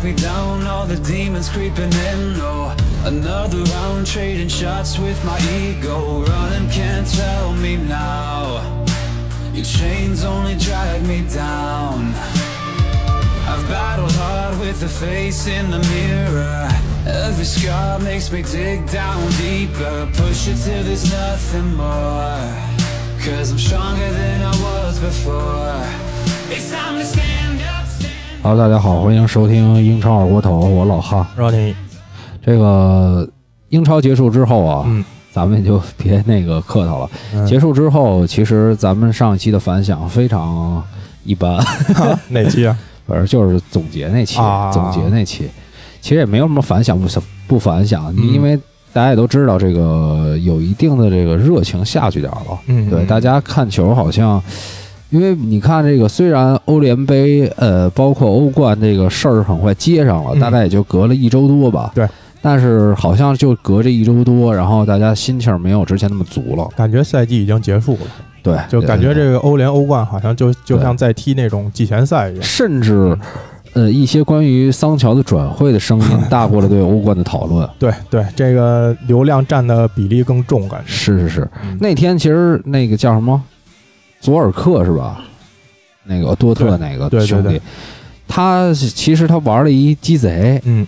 alone, all the demons creeping in. No, another round trading shots with my ego. Running can't tell me now. Your chains only drag me down. I've battled hard with the face in the mirror. Every scar makes me dig down deeper. Push it till there's nothing more. Cause I'm stronger than I was before. It's time to stand up, stand up. Hello，大家好，欢迎收听英超二锅头，我老哈。让 你这个英超结束之后啊，嗯咱们就别那个客套了。嗯结束之后，其实咱们上一期的反响非常一般，哪期啊？反正就是总结那期，啊总结那期，其实也没有什么反响不不反响，嗯因为大家也都知道，这个有一定的这个热情下去点儿了。嗯对，嗯大家看球好像，因为你看这个，虽然欧联杯呃，包括欧冠这个事儿很快接上了，嗯大概也就隔了一周多吧。对。但是好像就隔这一周多，然后大家心气儿没有之前那么足了，感觉赛季已经结束了，对，就感觉这个欧联、欧冠好像就就对像在踢那种季前赛一样。甚至，呃，一些关于桑乔的转会的声 音大过了对欧冠的讨论。对对，这个流量占的比例更重，感觉。是是是，嗯那天其实那个叫什么，佐尔克是吧？那个多特那对个对兄弟，对他其实他玩了一鸡贼，嗯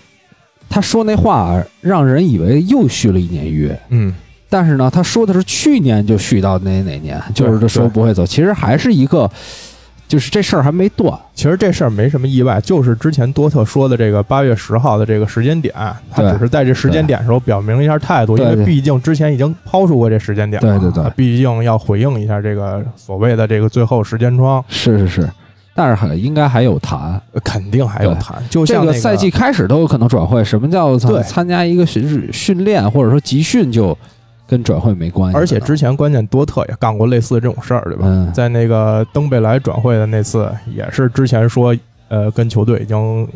他说那话让人以为又续了一年约。嗯，但是呢，他说的是去年就续到哪哪年，就是这说对不会走，其实还是一个，就是这事儿还没断。其实这事儿没什么意外，就是之前多特说的这个八月十号的这个时间点，对他只是在这时间点的时候表明一下态度，对因为对毕竟之前已经抛出过这时间点了，对对对他毕竟要回应一下这个所谓的这个最后时间窗，是是是，但是很应该还有谈。呃肯定还有对谈，就这像那个赛季开始都有可能转会。什么叫对参加一个训训练或者说集训就跟转会没关系？而且可能之前关键多特也干过类似这种事儿，对吧？嗯在那个登贝莱转会的那次，也是之前说，呃，跟球队已经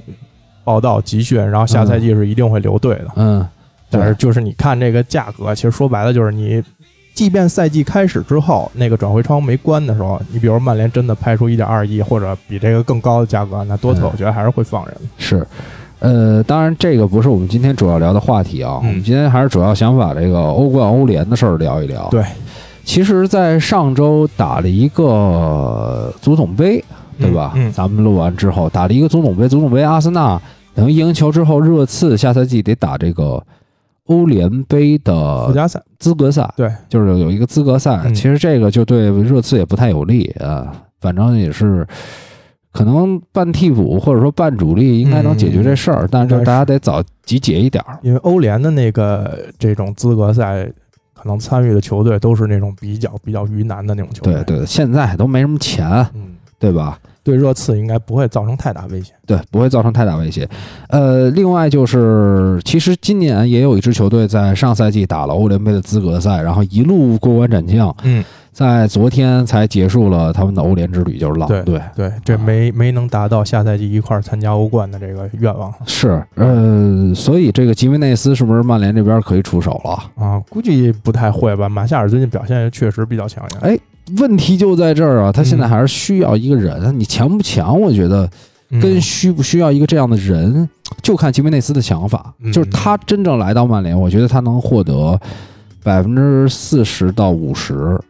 报到集训，然后下赛季是一定会留队的。嗯，但是就是你看这个价格，其实说白了就是你，即便赛季开始之后那个转会窗没关的时候，你比如曼联真的拍出一点二亿或者比这个更高的价格，那多特嗯我觉得还是会放人的。是，呃，当然这个不是我们今天主要聊的话题啊，嗯我们今天还是主要想把这个欧冠、欧联的事儿聊一聊。对，其实，在上周打了一个足总杯，对吧？嗯嗯咱们录完之后打了一个足总杯，足总杯阿森纳等于赢球之后，热刺下赛季得打这个欧联杯附的加赛，资格赛，对，就是有一个资格赛。嗯其实这个就对热刺也不太有利啊，反正也是。可能半替补或者说半主力应该能解决这事儿，但是就嗯应该大是家得早集结一点儿。因为欧联的那个这种资格赛，可能参与的球队都是那种比较比较鱼腩的那种球队。对，对，现在都没什么钱，嗯，对吧？对热刺应该不会造成太大威胁。对，不会造成太大威胁。呃，另外就是，其实今年也有一支球队在上赛季打了欧联杯的资格赛，然后一路过关斩将，嗯，在昨天才结束了他们的欧联之旅，就是狼对队。对，这没没能达到下赛季一块儿参加欧冠的这个愿望是，呃，所以这个吉梅内斯是不是曼联这边可以出手了？啊，估计不太会吧。马夏尔最近表现确实比较抢眼。哎问题就在这儿啊，他现在嗯还是需要一个人，你强不强？我觉得嗯跟需不需要一个这样的人，就看吉梅内斯的想法。嗯就是他真正来到曼联，我觉得他能获得百分之四十到五十，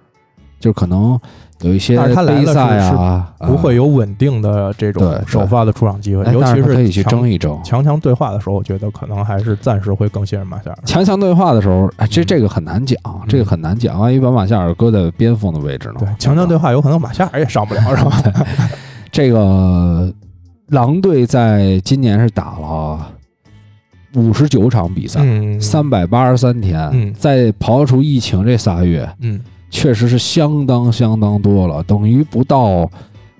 就可能有一些但是他来了杯是赛啊，不会有稳定的对这对种首发的出场机会啊，哎，尤但其是他可以去强争一争。强强对话的时候，我觉得可能还是暂时会更信任马夏尔。强强对话的时候，哎，这嗯这个很难讲，这个很难讲。万一把马夏尔搁在边锋的位置呢？对，强强对话有可能马夏尔也上不了，是吧？ 这个狼队在今年是打了五十九场比赛，嗯，三百八十三天，嗯再刨除疫情这仨月，嗯。确实是相当相当多了，等于不到。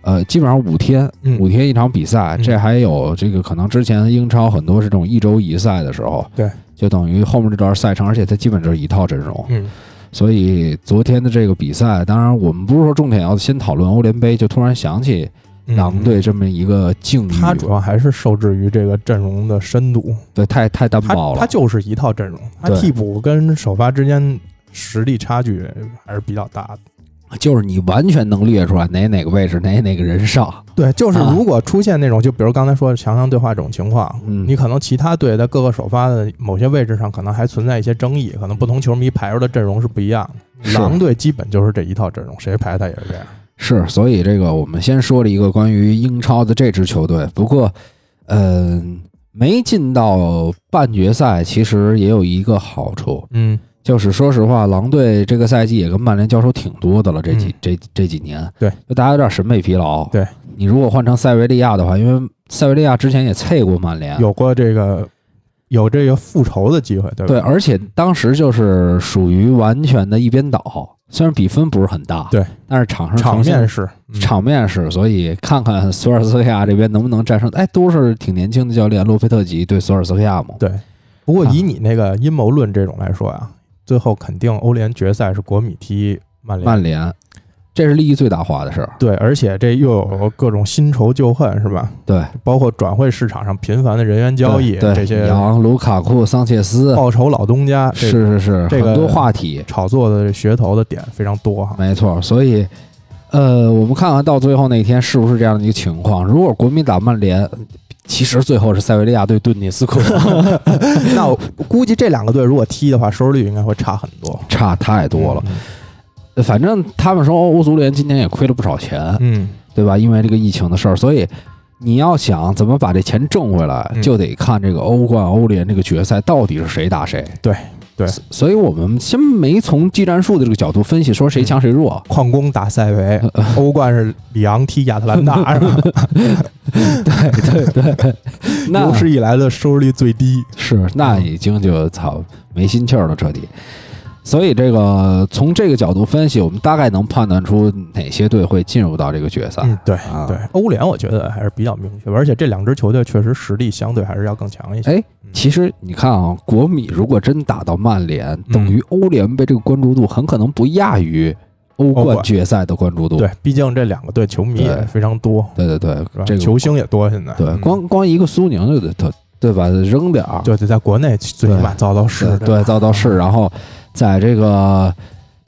呃，基本上五天，嗯五天一场比赛，嗯这还有这个可能之前英超很多是这种一周一赛的时候，对，就等于后面这段赛程，而且它基本就是一套阵容，嗯所以昨天的这个比赛，当然我们不是说重点要先讨论欧联杯，就突然嗯想起嗯狼队这么一个境遇，他主要还是受制于这个阵容的深度，对太太单他薄了他。就是一套阵容，他对替补跟首发之间实力差距还是比较大的。就是你完全能列出来哪哪个位置哪哪个人上，对，就是啊如果出现那种，就比如刚才说的强强对话这种情况，嗯你可能其他队在各个首发的某些位置上，可能还存在一些争议，可能不同球迷排出的阵容是不一样的。是狼队基本就是这一套阵容，谁排他也是这样。是，所以这个我们先说了一个关于英超的这支球队，不过，嗯、没进到半决赛，其实也有一个好处，嗯，就是说实话，狼队这个赛季也跟曼联交手挺多的了，这几、嗯这这几年，对，就大家有点审美疲劳。对，你如果换成塞维利亚的话，因为塞维利亚之前也脆过曼联，有过这个有这个复仇的机会，对吧？对，而且当时就是属于完全的一边倒，虽然比分不是很大，对，但是场上场呈现面是、嗯场面是，所以看看索尔斯克亚这边能不能战胜。哎，都是挺年轻的教练洛佩特吉对索尔斯克亚嘛，对。不过以你那个阴谋论这种来说啊，最后肯定欧联决赛是国米踢曼联，曼联，这是利益最大化的事儿。对，而且这又有各种新仇旧恨，是吧？对，包括转会市场上频繁的人员交易，对这些杨、卢卡库、桑切斯，报仇老东家，这是是是，这个很多话题，炒作的噱头的点非常多哈。没错。所以，呃，我们看看到最后那天是不是这样的一个情况。如果国民打曼联，其实最后是塞维利亚对顿涅斯克， 那我估计这两个队如果踢的话，收视率应该会差很多，差太多了。嗯。反正他们说欧足联今年也亏了不少钱，嗯，对吧？因为这个疫情的事儿，所以你要想怎么把这钱挣回来，嗯就得看这个欧冠、欧联这个决赛到底是谁打谁。对对所所以我们先没从技战术的这个角度分析说谁强谁 弱，矿工打塞维，欧冠是里昂踢亚特兰 大，是吧？那 有史以来的收视率最低。是嗯那已经就操没心气儿了，彻底。所以这个从这个角度分析，我们大概能判断出哪些队会进入到这个决赛。嗯，对啊对，欧联我觉得还是比较明确，而且这两支球队确实实力相对还是要更强一些。哎，其实你看啊，国米如果真打到曼联，等于欧联杯这个关注度很可能不亚于欧欧冠冠决赛的关注度。对，毕竟这两个队球迷也哎对非常多，对对对是吧？这个球星也多，现在对嗯光光一个苏宁就得对对吧？扔点儿，就嗯得在国内最起码造造势，对吧嗯对，造造势，然后在这个。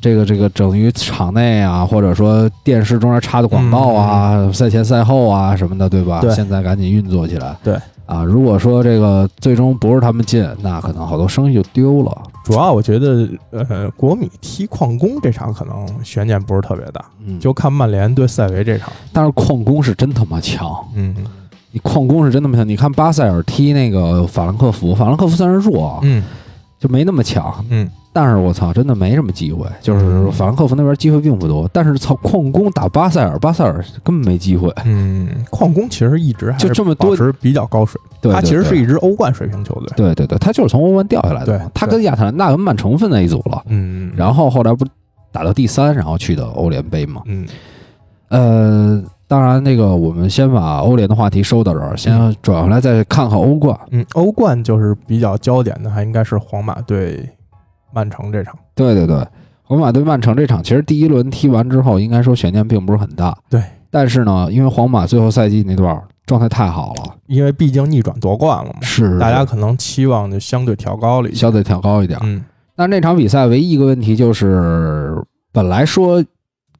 这个这个整于场内啊，或者说电视中间插的广告啊，赛前赛后啊什么的，对吧？嗯对现在赶紧运作起来。对啊，如果说这个最终不是他们进，那可能好多生意就丢了。主要我觉得，呃，国米踢矿工这场可能悬念不是特别大，嗯，就看曼联对塞维这场。但是矿工是真他妈强，嗯你矿工是真他妈强。你看巴塞尔踢那个法兰克福，法兰克福虽然弱啊，嗯就没那么强，嗯，但是我操，真的没什么机会。就是法兰克福那边机会并不多，但是操矿工打巴塞尔，巴塞尔根本没机会。嗯，矿工其实一直还是就这么多保持比较高水平，对，他对其实是一对支欧冠水平球队。对对对，他就是从欧冠掉下来的嘛对。他跟亚特兰大跟曼城分在一组了，嗯，后然后后来不是打到第三，然后去的欧联杯嘛。嗯呃，当然那个我们先把欧联的话题收到这儿，先嗯转回来再看看欧冠。嗯，欧冠就是比较焦点的，还应该是皇马对曼城这场。对对对，皇马对曼城这场，其实第一轮踢完之后，应该说悬念并不是很大。对，但是呢，因为皇马最后赛季那段儿状态太好了，因为毕竟逆转夺冠了嘛，是嗯大家可能期望就相对调高了一些。相对调高一点儿。嗯但是那场比赛唯一一个问题就是，本来说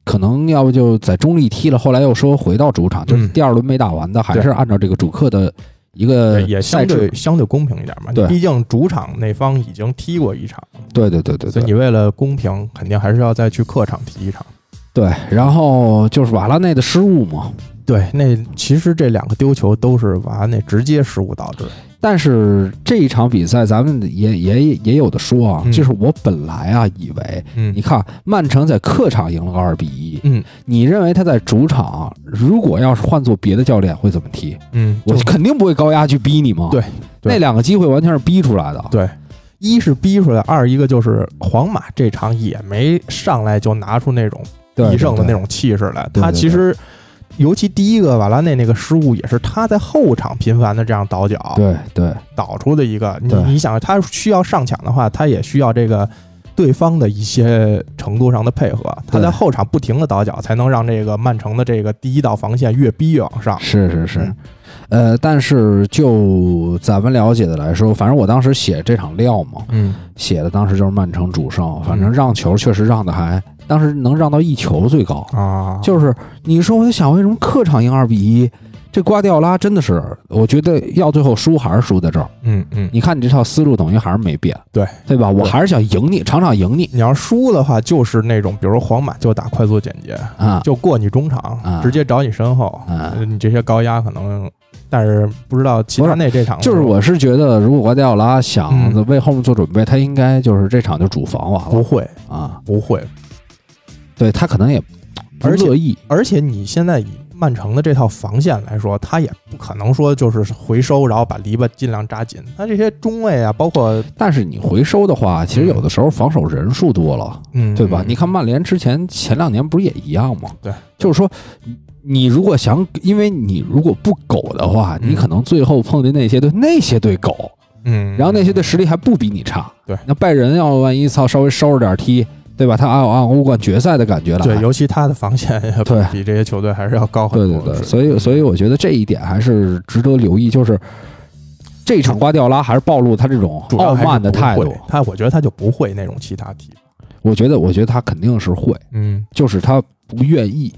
可能要不就在中立踢了，后来又说回到主场，就是嗯第二轮没打完的，还对是按照这个主客的一个对也呃赛相制对。相对公平一点嘛。对毕竟主场那方已经踢过一场，对对对对所对以你为了公平，肯定还是要再去客场踢一场。对，然后就是瓦拉内的失误嘛，对，那其实这两个丢球都是瓦拉内直接失误导致的。但是这一场比赛，咱们也也也有的说啊，嗯就是我本来啊以为，嗯你看曼城在客场赢了个二比一，嗯你认为他在主场如果要是换做别的教练会怎么踢？嗯，我就肯定不会高压去逼你嘛。对对那两个机会完全是逼出来的。对一是逼出来，二一个就是皇马这场也没上来就拿出那种对，必胜的那对。种气势来。对他对其实，尤其第一个瓦拉内那个失误，也是他在后场频繁的这样倒脚，对对导出的一个。你对你想，他需要上抢的话，他也需要这个对方的一些程度上的配合。他对在后场不停的倒脚，才能让这个曼城的这个第一道防线越逼越往上。是是是嗯，呃，但是就咱们了解的来说，反正我当时写这场料嘛，嗯写的当时就是曼城主胜，反正让球确实让的还当时能让到一球最高。啊，就是你说，我就想为什么客场赢二比一？这瓜迪奥拉真的是，我觉得要最后输还是输在这儿。嗯嗯，你看你这套思路等于还是没变，对对吧？我对还是想赢你，场场赢你你要输的话，就是那种，比如说皇马就打快速简洁，啊！就过你中场，啊直接找你身后，啊呃你这些高压可能，但是不知道齐达内这场的时就候是我是觉得，如果瓜迪奥拉想嗯为后面做准备，他应该就是这场就主防完不了会啊。不会，对他可能也不而且乐意，而且你现在以曼城的这套防线来说，他也不可能说就是回收，然后把篱笆尽量扎紧。他这些中卫啊，包括但是你回收的话，其实有的时候防守人数多了，嗯，对吧？嗯你看曼联之前前两年不是也一样吗？对，就是说。你你如果想，因为你如果不苟的话，嗯你可能最后碰见那些队，那些队苟，嗯，然后那些队实力还不比你差。对那拜仁要万一操稍微收着点踢，对吧？他按按欧冠决赛的感觉来。对，尤其他的防线也对比这些球队还是要高很对多对的。对，是所以所以我觉得这一点还是值得留意，就是这一场瓜迪奥拉还是暴露他这种主要傲还是慢的不态会度。他我觉得他就不会那种其他踢法。我觉得，我觉得他肯定是会，嗯就是他不愿意。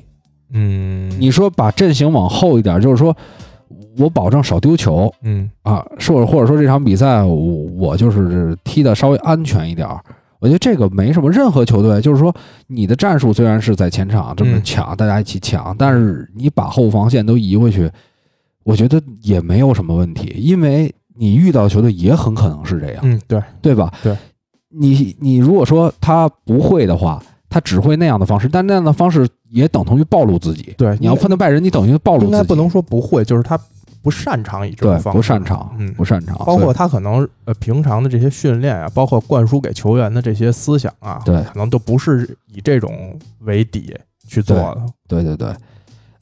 嗯，你说把阵型往后一点，就是说我保证少丢球嗯啊，说或者说这场比赛我我就是踢的稍微安全一点儿。我觉得这个没什么，任何球队就是说，你的战术虽然是在前场这么嗯抢，大家一起抢，但是你把后防线都移回去，我觉得也没有什么问题，因为你遇到的球队也很可能是这样，嗯，对，对吧？对，你你如果说他不会的话，他只会那样的方式，但那样的方式也等同于暴露自己。对你要应该碰到拜仁，你等于暴露哎应自该己，不能说不会，就是他不擅长以这对种方式，不擅长，嗯不擅长，包所括以他可能呃平常的这些训练啊，包括灌输给球员的这些思想啊，对可能都不是以这种为底去做的。对对对。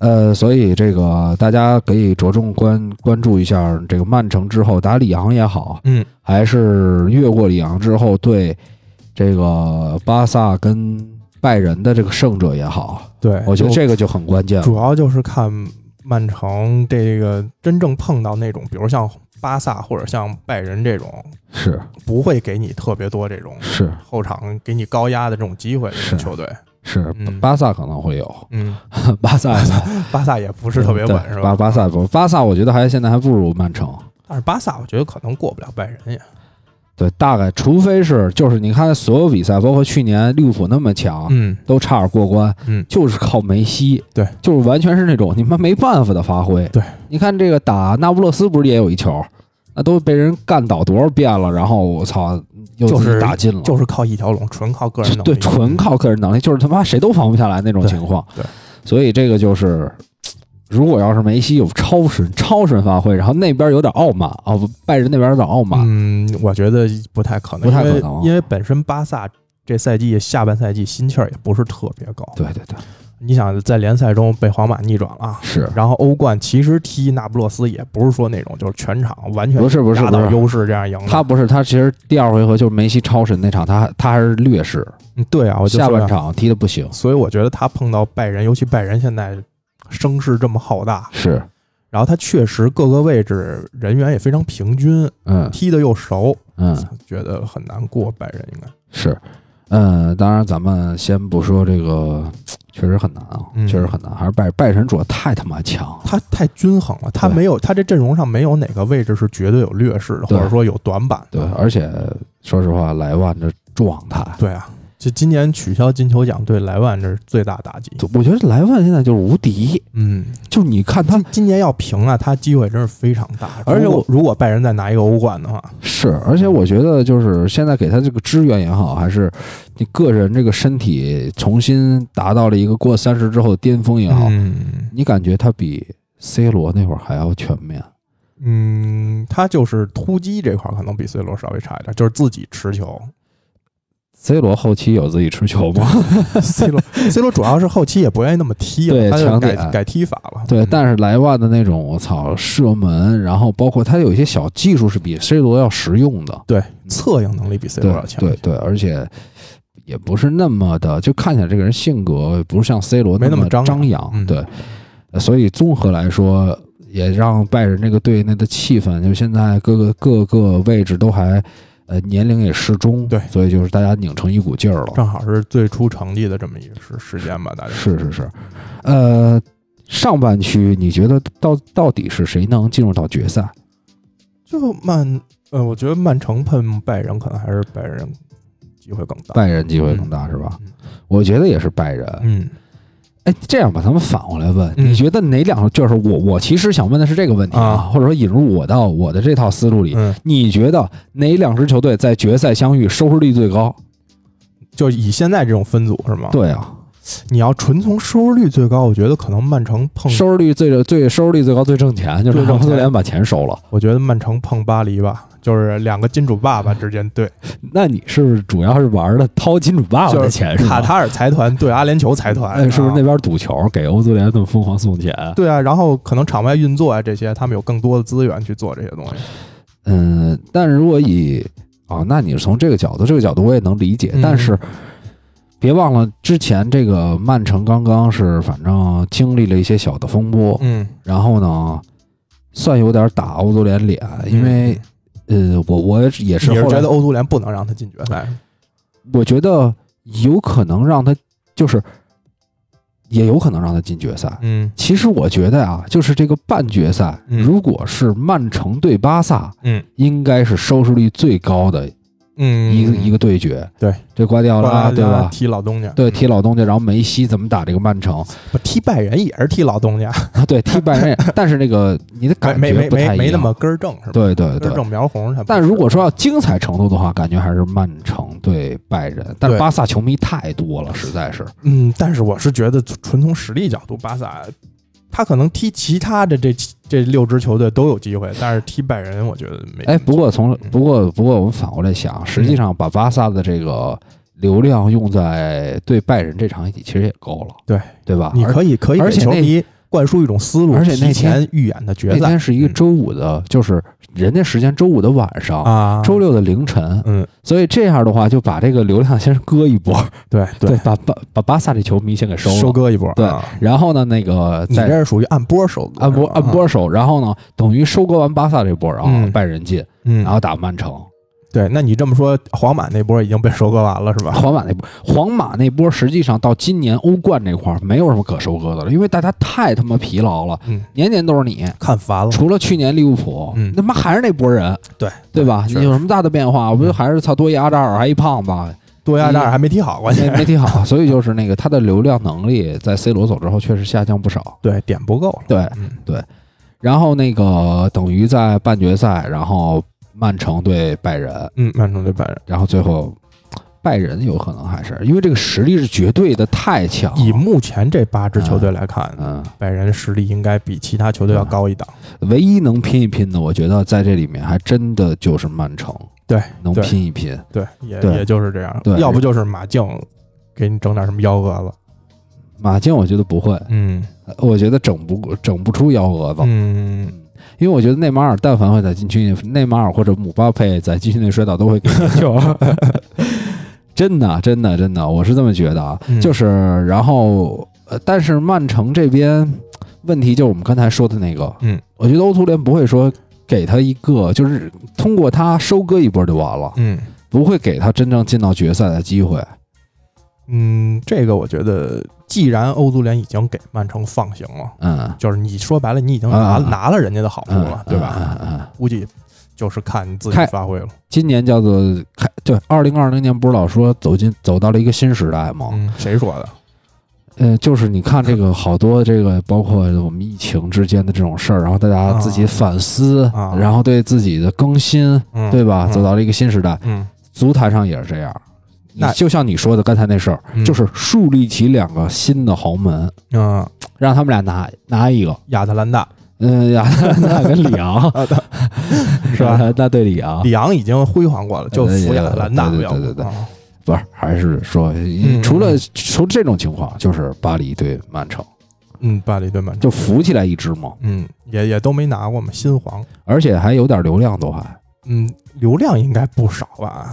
呃，所以这个大家可以着重关关注一下这个曼城之后打里昂也好，嗯还是越过里昂之后对这个巴萨跟拜仁的这个胜者也好，对，我觉得哎就这个就很关键了。主要就是看曼城这个真正碰到那种，比如像巴萨或者像拜仁这种，是不会给你特别多这种是后场给你高压的这种机会是的球队。是，嗯巴萨可能会有， 嗯，巴萨巴萨也不是特别嗯对稳，是吧？巴巴萨不，巴萨我觉得还现在还不如曼城。但是巴萨我觉得可能过不了拜仁也。啊对，大概除非是就是你看所有比赛，包括去年利物浦那么强，嗯都差点过关，嗯就是靠梅西，对，就是完全是那种你妈没办法的发挥。对，你看这个打那不勒斯不是也有一球，那都被人干倒多少遍了，然后我操，又就自己是打进了，就是靠一条龙，纯靠个人能力。嗯对，纯靠个人能力，就是他妈谁都防不下来那种对情况。对所以这个就是。如果要是梅西有超神超神发挥，然后那边有点傲慢啊，不拜仁那边有点傲慢，嗯，我觉得不太可能，不太可能因为因为本身巴萨这赛季下半赛季心气儿也不是特别高。对对对，你想在联赛中被皇马逆转了啊，是然后欧冠其实踢那不勒斯也不是说那种就是全场完全不是不是压不倒是优势这样赢的。他不是他，其实第二回合就是梅西超神那场，他他还是劣势，嗯对啊，我就下说呀半，场踢的不行，所以我觉得他碰到拜仁，尤其拜仁现在声势这么浩大，是，然后他确实各个位置人员也非常平均，嗯踢的又熟，嗯觉得很难过拜仁应该。是，嗯，当然咱们先不说这个，确实很难啊，嗯确实很难，还是拜拜神主要太他妈强了，他太均衡了，他对没有他这阵容上没有哪个位置是绝对有劣势的，对或者说有短板对的。，而且说实话，莱万这状态，对啊，就今年取消金球奖对莱万这是最大打击。我觉得莱万现在就是无敌，嗯，就你看他今今年要平啊，他机会真是非常大。而且如我果如果拜仁再拿一个欧冠的话，是，而且我觉得就是现在给他这个支援也好，还是你个人这个身体重新达到了一个过三十之后的巅峰也好，嗯你感觉他比 C 罗那会儿还要全面。嗯，他就是突击这块儿可能比 C 罗稍微差一点，就是自己持 球。 C 罗后期有自己持球吗？ C 罗 C 罗主要是后期也不愿意那么踢了，对他就强改点改踢法了。对，嗯但是莱万的那种，我操，射门，然后包括他有一些小技术是比 C 罗要实用的，对策应能力比 C 罗对要强。对对，而且也不是那么的，就看起来这个人性格不是像 C 罗没那么么张扬张扬，嗯对，呃所以综合来说，也让拜仁这个队内的气氛，就现在各个各个位置都还。呃，年龄也适中，对所以就是大家拧成一股劲儿了。正好是最出成绩的这么一个时时间吧，大家是是是，呃，上半区你觉得到到底是谁能进入到决赛？就曼，呃，我觉得曼城碰拜仁可能还是拜仁机会更大，拜仁机会更大、是吧？嗯？我觉得也是拜仁。嗯，哎，这样吧，咱们反过来问，嗯你觉得哪两个？就是我我其实想问的是这个问题啊或者说引入我到我的这套思路里，嗯，你觉得哪两支球队在决赛相遇收视率最高？就以现在这种分组是吗？，对啊，你要纯从收视率最高，我觉得可能曼城碰，收视率最最收视率最高最挣钱，就是嗯最挣欧钱足联把钱收了。我觉得曼城碰巴黎吧，就是两个金主爸爸之间对，那你是不是主要是玩的掏金主爸爸就的是钱哎是卡吧？塔尔财团对阿联酋财团，哎，是不是啊那边赌球给欧足联那么疯狂送钱？对啊，然后可能场外运作啊这些，他们有更多的资源去做这些东西。哦嗯，但是如果以啊，那你是从这个角度，这个角度我也能理解，嗯但是别忘了之前这个曼城刚刚是反正经历了一些小的风波，嗯，然后呢，算有点打欧足联脸，因为呃，我我嗯也是嗯你是后觉来哎得欧足联不能让他进决赛？我觉得有可能让他就是也有可能让他进决赛。嗯其实我觉得啊，就是这个半决赛，嗯如果是曼城对巴萨，嗯，应该是收视率最高的嗯，一个、一个对决。对，这瓜迪奥瓜拉拉对吧？踢老东家，对，踢老东家，然后梅西怎么打这个曼城？ 不踢拜仁也是踢老东家，啊对，踢拜 仁，但是那个你的感没觉没不太没一没那样。么根儿正是吧？对对根对儿，正苗红他不是。但如果说要精彩程度的话，感觉还是曼城对拜仁。但是对巴萨球迷太多了，实在是。嗯，但是我是觉得纯从实力角度，巴萨他可能踢其他的这这六支球队都有机会，但是踢拜仁我觉得没。哎，不过从嗯不过不过我们反过来想，实际上把巴萨的这个流量用在对拜仁这场其实也够了，对对吧？你而可以可以而给且球那迷灌输一种思路，而且那提前预演的决那赛天是一个嗯周五的，就是人家时间周五的晚上，啊，哦周六的凌晨，嗯，所以这样的话就把这个流量先割一波， 对对，，把巴把巴萨这球迷先给收了，收割一波，对啊然后呢，那个你这再是属于按波收割，按波是吧按，波手，然后呢，等于收割完巴萨这波，然后嗯拜仁进，嗯，然后打曼城。对，那你这么说，皇马那波已经被收割完了是吧？皇马那波，皇马那波实际上到今年欧冠这块儿没有什么可收割的了，因为大家太他妈疲劳了，嗯，年年都是你，看烦了，除了去年利物浦，嗯他妈还是那波人，对对吧？你是嗯有什么大的变化？不就还是操多一阿扎尔还一胖 吧，多亚扎尔还没踢好，关没键没踢好，所以就是那个他的流量能力在 C 罗走之后确实下降不少， 对点不够了，对嗯对。然后那个等于在半决赛，然后曼城对拜仁，嗯，曼城对拜仁，然后最后拜仁有可能还是因为这个实力是绝对的太强，以目前这八支球队来看，嗯，拜仁实力应该比其他球队要高一档，唯一能拼一拼的，我觉得在这里面还真的就是曼城，对，能对拼一拼。对，也对也就是这样对，要不就是马竞给你整点什么幺蛾子，马竞我觉得不会，嗯我觉得整不整不出幺蛾子，嗯，因为我觉得内马尔但凡会在禁区内，内马尔或者姆巴佩在禁区内摔倒都会给你 球。真的，真的，真的，我是这么觉得啊。嗯就是，然后，呃，但是曼城这边问题就是我们刚才说的那个，嗯，我觉得欧足联不会说给他一个，就是通过他收割一波就完了，嗯不会给他真正进到决赛的机会。嗯，这个我觉得，既然欧足联已经给曼城放行了。嗯，就是你说白了，你已经拿、嗯嗯嗯拿了人家的好处嗯啊了，对吧？嗯嗯嗯，估计就是看你自己开发挥了。今年叫做开，对，二零二零年不是老说走进走到了一个新时代吗？嗯，谁说的？呃，就是你看这个好多这个，包括我们疫情之间的这种事儿，然后大家自己反思，啊然后对自己的更新，嗯，对吧？嗯走到了一个新时代，嗯足坛上也是这样。你那就像你说的刚才那事儿，嗯就是树立起两个新的豪门，嗯，让他们俩拿拿一个，亚特兰大嗯， 亚特兰大跟里昂啊是吧？ 那对里昂里昂已经辉煌过了，就服亚特兰大呃对对不要对对对啊不是，还是说嗯除了除了这种情况，就是巴黎对曼城嗯，巴黎对曼城，就扶起来一支嘛，嗯，也也都没拿过嘛，新皇，而且还有点流量都还。嗯，流量应该不少吧？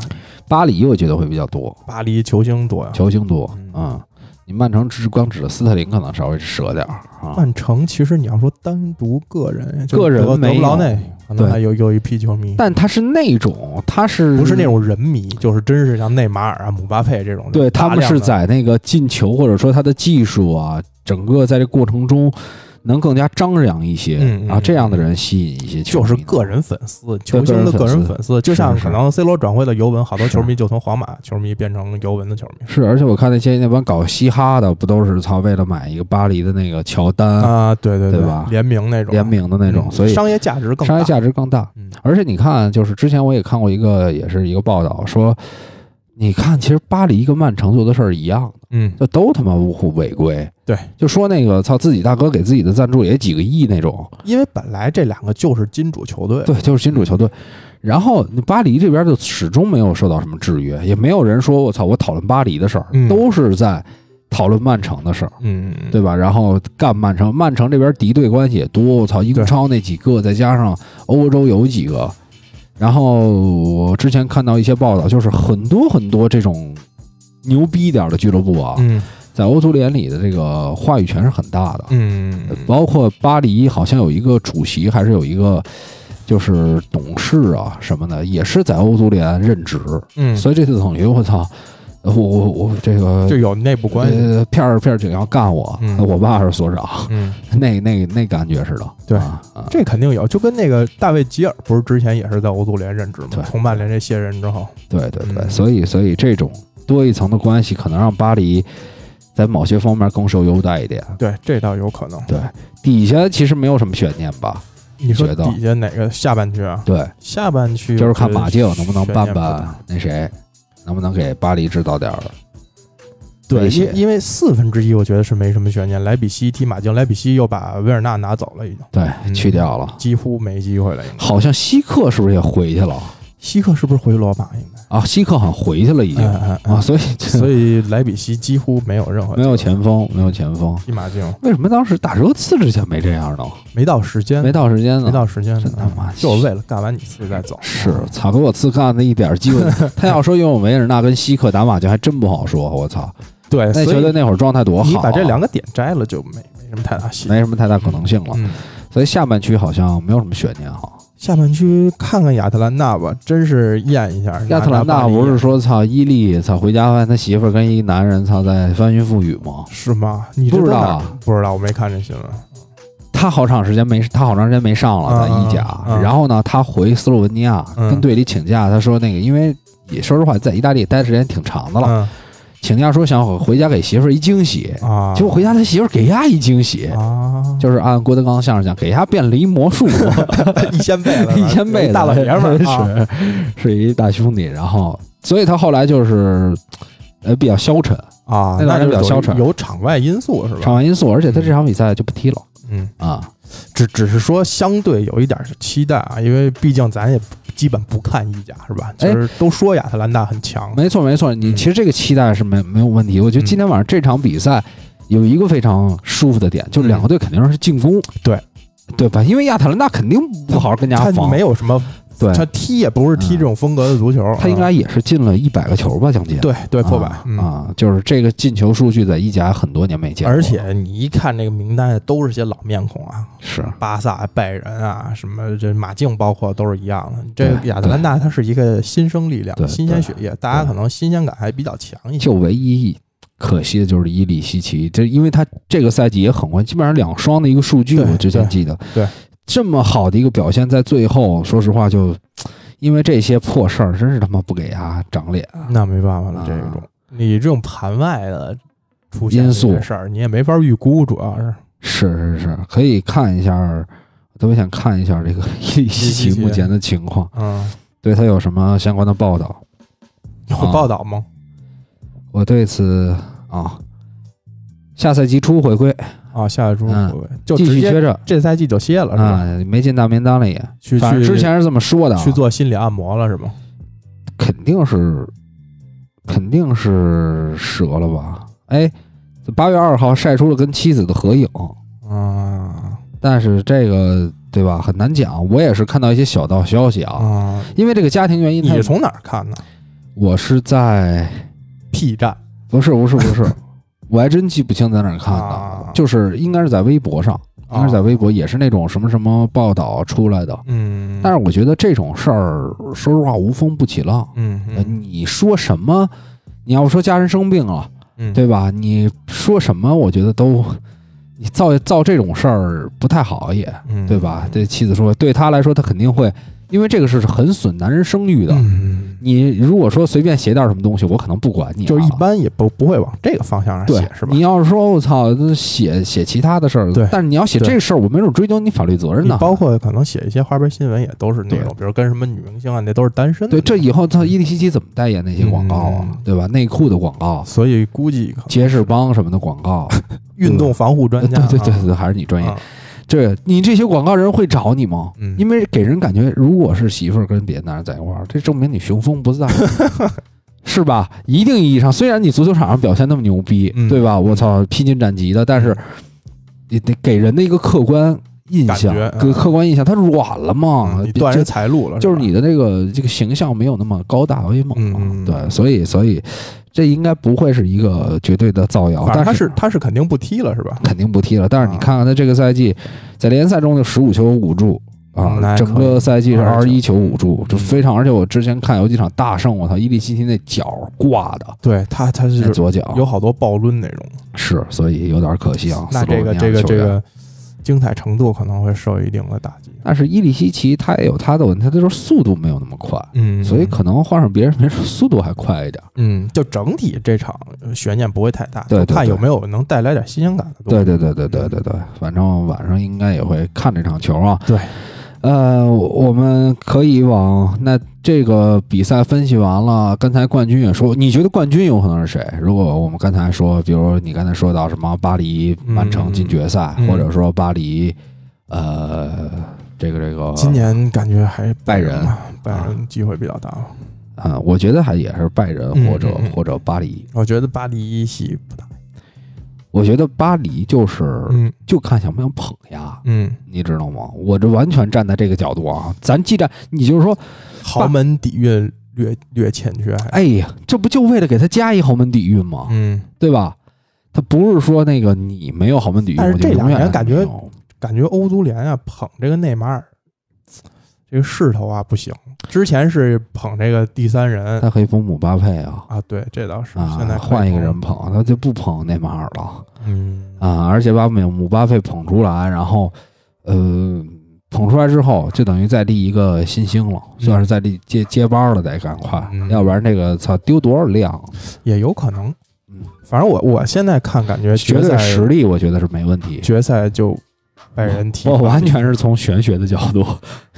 巴黎我觉得会比较多，巴黎球星多呀，球星多，嗯嗯，你曼城只光指的斯特林可能稍微舍点儿啊，曼城其实你要说单独个人，就是个人德德没布有劳内可能对还有有一批球迷，但他是那种，他是不是那种人迷，就是真是像内马尔啊、姆巴佩这种。对大他量们的是在那个进球或者说他的技术啊，整个在这过程中能更加张扬一些，嗯嗯然后这样的人吸引一些球就迷的，是个人粉丝，球星的个个人粉丝人粉丝，就是像是可能 C 罗转会的尤文，好多是球迷就从皇马球迷变成尤文的球迷是，而且我看那些那帮搞嘻哈的，不都是操为了买一个巴黎的那个乔丹、啊，对对嗯对吧联名那种联名的那种，嗯所以商业价值更商业大。价值更大。嗯而且你看，就是之前我也看过一个，也是一个报道说，你看其实巴黎跟曼城做的事儿一样，嗯，就都他妈无互违规。对，就说那个操自己大哥给自己的赞助也几个亿那种，因为本来这两个就是金主球队，对，就是金主球队。然后巴黎这边就始终没有受到什么制约，也没有人说我操我讨论巴黎的事儿，嗯都是在讨论曼城的事儿。嗯，对吧？然后干曼城，曼城这边敌对关系也多，我操，英对超那几个，再加上欧洲有几个，然后我之前看到一些报道，就是很多很多这种牛逼点儿的俱乐部啊，嗯在欧足联里的这个话语权是很大的，嗯，包括巴黎好像有一个主席，还是有一个就是董事啊什么的，也是在欧足联任职，嗯，所以这次等于我操，我我我这个就有内部关系。呃，片儿片儿警要干我，嗯我爸是所长，嗯， 那那那感觉似的。对啊，啊这肯定有，就跟那个大卫吉尔不是之前也是在欧足联任职对吗？从曼联这卸任之后，对对对，嗯所以所以这种多一层的关系，可能让巴黎在某些方面更受优待一点。对，这倒有可能。对，底下其实没有什么悬念吧？你说觉得底下哪个下半区啊？对，下半区就是看马竞我觉能得不能办悬念不大办那谁，能不能给巴黎制造点儿对，威胁因因为四分之一我觉得是没什么悬念。莱比锡踢马竞，莱比锡又把维尔纳拿走了，已经对嗯去掉了？几乎没机会了。应该好像希克是不是也回去了希克是不是回罗马？应该啊？希克好像回去了已经嗯嗯嗯 啊，所以所以莱比锡几乎没有任何没有机会前锋，没有前锋。踢马竞，为什么当时打热刺之前没这样呢？没到时间，没到时间呢？没到时间呢，啊真他妈就是为了干完你次再走。啊是，操，给我刺干的一点机会。他要说拥有维尔纳跟希克打马竞，还真不好说。我操，对，那哎所球以队那会儿状态多你好、啊，把这两个点摘了，就没没什么太大戏。没什么太大可能性了。嗯，所以下半区好像没有什么悬念啊哈。下半区看看亚特兰大吧，真是验一下。亚特兰拿大巴黎不是说操伊利操回家发现他媳妇儿跟一男人操在翻云覆雨吗？是吗？你不这知道都哪儿啊？不知道，我没看这新闻。他好长时间没他好长时间没上了在嗯意甲，嗯嗯然后呢，他回斯洛文尼亚、嗯跟队里请假，他说那个因为也说实话在意大利待的时间挺长的了，嗯请假说想回家给媳妇儿一惊喜，啊，结果回家他媳妇儿给丫一惊喜，啊， 就是按郭德纲相声讲，给丫变了一魔术，一千倍 了，一千倍大老爷们儿 啊，是是一大兄弟。然后，所以他后来就是呃比较消沉，啊，那当然比较消沉有场外因素是场吧？外因素，而且他这场比赛就不踢了嗯，啊。只只是说相对有一点是期待啊，因为毕竟咱也基本不看意甲是吧？其实都说亚特兰大很强，哎没错没错，你嗯其实这个期待是没没有问题。我觉得今天晚上这场比赛有一个非常舒服的点，就是两个队肯定是进攻，对对吧？因为亚特兰大肯定不好好跟人家他防没，有什么，对，嗯他踢也不是踢这种风格的足球，他应该啊也是进了一百个球吧，将近。对对破百啊,、嗯啊，就是这个进球数据在意甲很多年没见过，而且你一看这个名单，都是些老面孔啊，是巴萨、拜仁啊，什么这马竞，包括都是一样的。这对亚特兰大它是一个新生力量对，新鲜血液，大家可能新鲜感还比较强一些。就唯一可惜的就是伊利西奇，这因为他这个赛季也很关，基本上两双的一个数据，对我之前记得，对对这么好的一个表现，在最后说实话就因为这些破事儿，真是他妈不给他长脸。那没办法了，这种你这种盘外的出现因素这事儿，你也没法预估，主要是是是是，可以看一下，特别想看一下这个 伊利西伊利西奇奇目前的情况，嗯，对他有什么相关的报道。有啊报道吗？我对此啊，下赛季初回归，啊，下一周嗯会不会就继直续接接着这赛季就歇了是啊吧？，没进大名单里。去反正去之前是这么说的啊，去做心理按摩了是吗？肯定是肯定是折了吧？哎，八月二号晒出了跟妻子的合影，啊但是这个对吧，很难讲。我也是看到一些小道消息啊，啊！因为这个家庭原因，你他是从哪儿看的我是在？P 站 不是不是不是，我还真记不清在哪儿看的，啊就是应该是在微博上，应该是在微博，也是那种什么什么报道出来的。嗯，但是我觉得这种事儿，说实话无风不起浪。嗯呃嗯你说什么？你要说家人生病了，嗯，对吧？你说什么？我觉得都，你造造这种事儿不太好也，嗯，对吧？这妻子说，对他来说，他肯定会，因为这个是很损男人声誉的。嗯？嗯，你如果说随便携带什么东西，我可能不管你啊，就是一般也不不会往这个方向上对写，是吧你？要是说我操，这写写其他的事儿，对但是你要写对这事儿，我没准追究你法律责任你呢。包括可能写一些花边新闻，也都是那对种，比如跟什么女明星啊，那都是单身的对，那种。这以后操伊利希奇怎么代言那些广告啊，嗯对吧？内裤的广告，所以估计可能杰士邦什么的广告，运动防护专对家啊， 对对对，还是你专业。啊这你这些广告人会找你吗？嗯因为给人感觉，如果是媳妇儿跟别的男人在一块儿，这证明你雄风不 在，是吧？一定意义上，虽然你足球场上表现那么牛逼，嗯对吧？我操，披荆斩棘的，但是你得给人的一个客观印象感觉，给嗯客观印象，他软了嘛嗯，你啊就断人财路了，就是吧你的这个这个形象没有那么高大威猛嘛，嗯嗯嗯对，所以所以这应该不会是一个绝对的造谣，反正但他是啊他是肯定不踢了，是吧？肯定不踢了。但是你看看他这个赛季，在联赛中就十五球五助啊嗯那，还整个赛季是二可十以一球五助，就嗯非常。而且我之前看有几场大胜，我操，伊利希奇那脚挂的，对他他那啊是左脚有好多暴抡那种，是，所以有点可惜啊。斯那洛这个文尼亚这个球这员，个精彩程度可能会受一定的打击。但是伊利希奇他也有他的问题，他就是速度没有那么快，嗯，所以可能换上别人，没准速度还快一点。嗯，就整体这场呃悬念不会太大，对对就看对有没有能带来点新鲜感的东对西。对对对对对对，反正晚上应该也会看这场球啊。对，呃，我我们可以往那这个比赛分析完了，刚才冠军也说，你觉得冠军有可能是谁？如果我们刚才说，比如你刚才说到什么巴黎、曼城进决赛，嗯嗯或者说巴黎，呃，这个这个，今年感觉还拜仁吧，拜仁机会比较大吧。啊、我觉得还也是拜仁嗯或者、嗯嗯或者巴黎。我觉得巴黎系不大。我觉得巴黎就是、嗯就看想不想捧呀，嗯，你知道吗？我这完全站在这个角度啊，咱既然你就是说豪门底蕴略略欠缺，还哎呀，这不就为了给他加一豪门底蕴吗？嗯，对吧？他不是说那个你没有豪门底蕴，但是我就这两永远年感觉没有感觉欧足联啊捧这个内马尔这个势头啊不行，之前是捧这个第三人他可以捧姆巴佩啊啊，对，这倒是，现呃在啊，可以换一个人捧，捧，他就不捧内马尔了嗯啊，而且把姆姆巴佩捧出来，然后呃捧出来之后，就等于再立一个新星了，嗯算是再立接接班了，得赶快，嗯要不然这个操丢多少量，也有可能嗯，反正我我现在看感觉绝决对赛实力我觉得是没问题。决赛就拜仁 踢，我完全是从玄学的角度，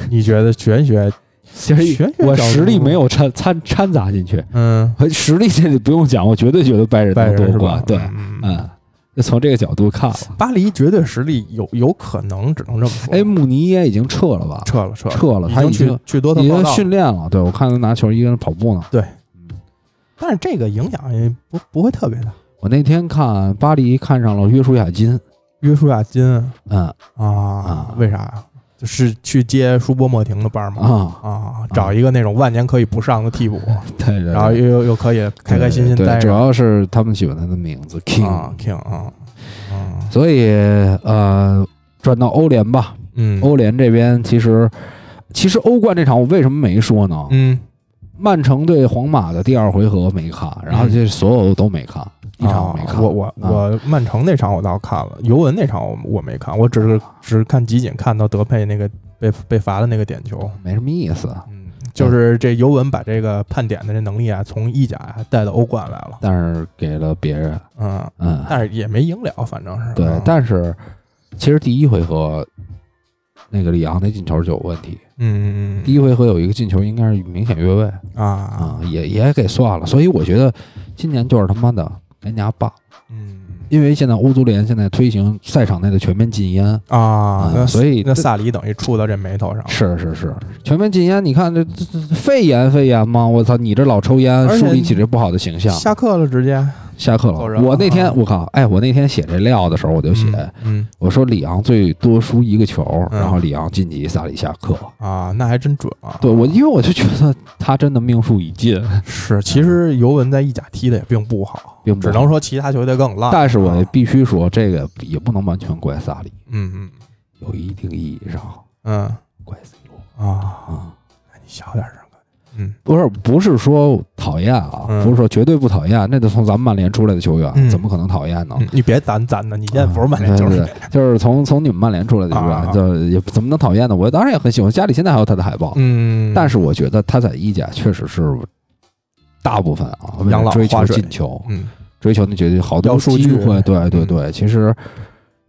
你觉得玄学？其实 玄学我角度实力没有掺掺掺杂进去，嗯，实力这里不用讲，我绝对觉得拜仁拜能仁夺是吧冠。？对，嗯嗯，嗯，就从这个角度看了。巴黎绝对实力有有可能，只能这么说。哎，穆尼也已经撤了吧？撤了撤了撤了已他经已经去去多特已报经道了，训练了。对，我看他拿球一个人跑步呢。对嗯，但是这个影响也不不会特别大。我那天看巴黎看上了约书亚金，约书亚金嗯啊啊为啥呀？就是去接舒波莫廷的班吗？啊，啊，找一个那种万年可以不上的替补，对对对，然后又又又可以开开心心对对待对主着要是他们喜欢他的名字 King，啊，King 啊，啊所以呃，转到欧联吧。嗯欧联这边其实，其实欧冠这场我为什么没说呢？嗯曼城对皇马的第二回合没看，然后这所有都没看，一场我没看。啊嗯我我啊我曼城那场我倒看了，尤文那场我我没看，我只是啊只看集锦看到德佩那个被被罚的那个点球。没什么意思。嗯，就是这尤文把这个判点的这能力啊，从意甲呀带到欧冠来了。但是给了别人，嗯，嗯，但是也没赢了，反正是。对，嗯但是其实第一回合那个里昂那进球就有问题。嗯嗯第一回合有一个进球应该是明显越位嗯啊啊，也也给算了。所以我觉得今年就是他妈的该拿棒，嗯因为现在欧足联现在推行赛场内的全面禁烟，啊啊，那所以那这萨里等于触到这眉头上了。是是是，啊全面禁烟，你看这这这肺炎肺炎吗？我操，你这老抽烟，而且树立起这不好的形象。下课了，直接下课走了，人我那天啊我靠，哎，我那天写这料的时候，我就写，嗯我说里昂最多输一个球，嗯然后里昂晋级，萨里下课。嗯啊，那还真准啊。对我，因为我就觉得他真的命数已尽，哦是，其实尤文在意甲踢的也并不好，并不只能说其他球队更烂。啊但是我也必须说，这个也不能完全怪萨里，嗯嗯有一定意义上嗯怪 C 罗啊，啊。你小点声，嗯不是不是说讨厌啊，嗯不是说绝对不讨厌，那得从咱们曼联出来的球员，嗯怎么可能讨厌呢？嗯，你别攒攒的，你现在不是曼联嗯就是啊对对对就是从从你们曼联出来的球员，啊啊就也怎么能讨厌呢？我当然也很喜欢，家里现在还有他的海报，嗯，但是我觉得他在意甲确实是大部分啊，为养了老追花求水进球，嗯追求那绝对好要多数机据会，对对嗯对，其实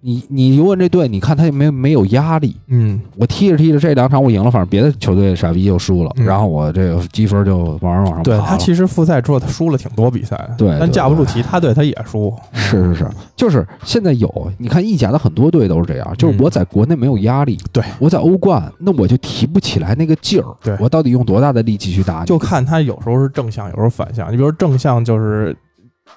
你你问这队，你看他也没有没有压力，嗯我踢着踢着这两场我赢了，反正别的球队傻逼又输了，嗯然后我这个积分就往上往上爬对了。他其实复赛之后他输了挺多比赛的，对但对架不住对其他队他也输，是是是，就是现在有，你看意甲的很多队都是这样，就是我在国内没有压力，嗯对我在欧冠那我就提不起来那个劲儿，对我到底用多大的力气去打你？就看他有时候是正向，有时候反向。你比如说正向就是。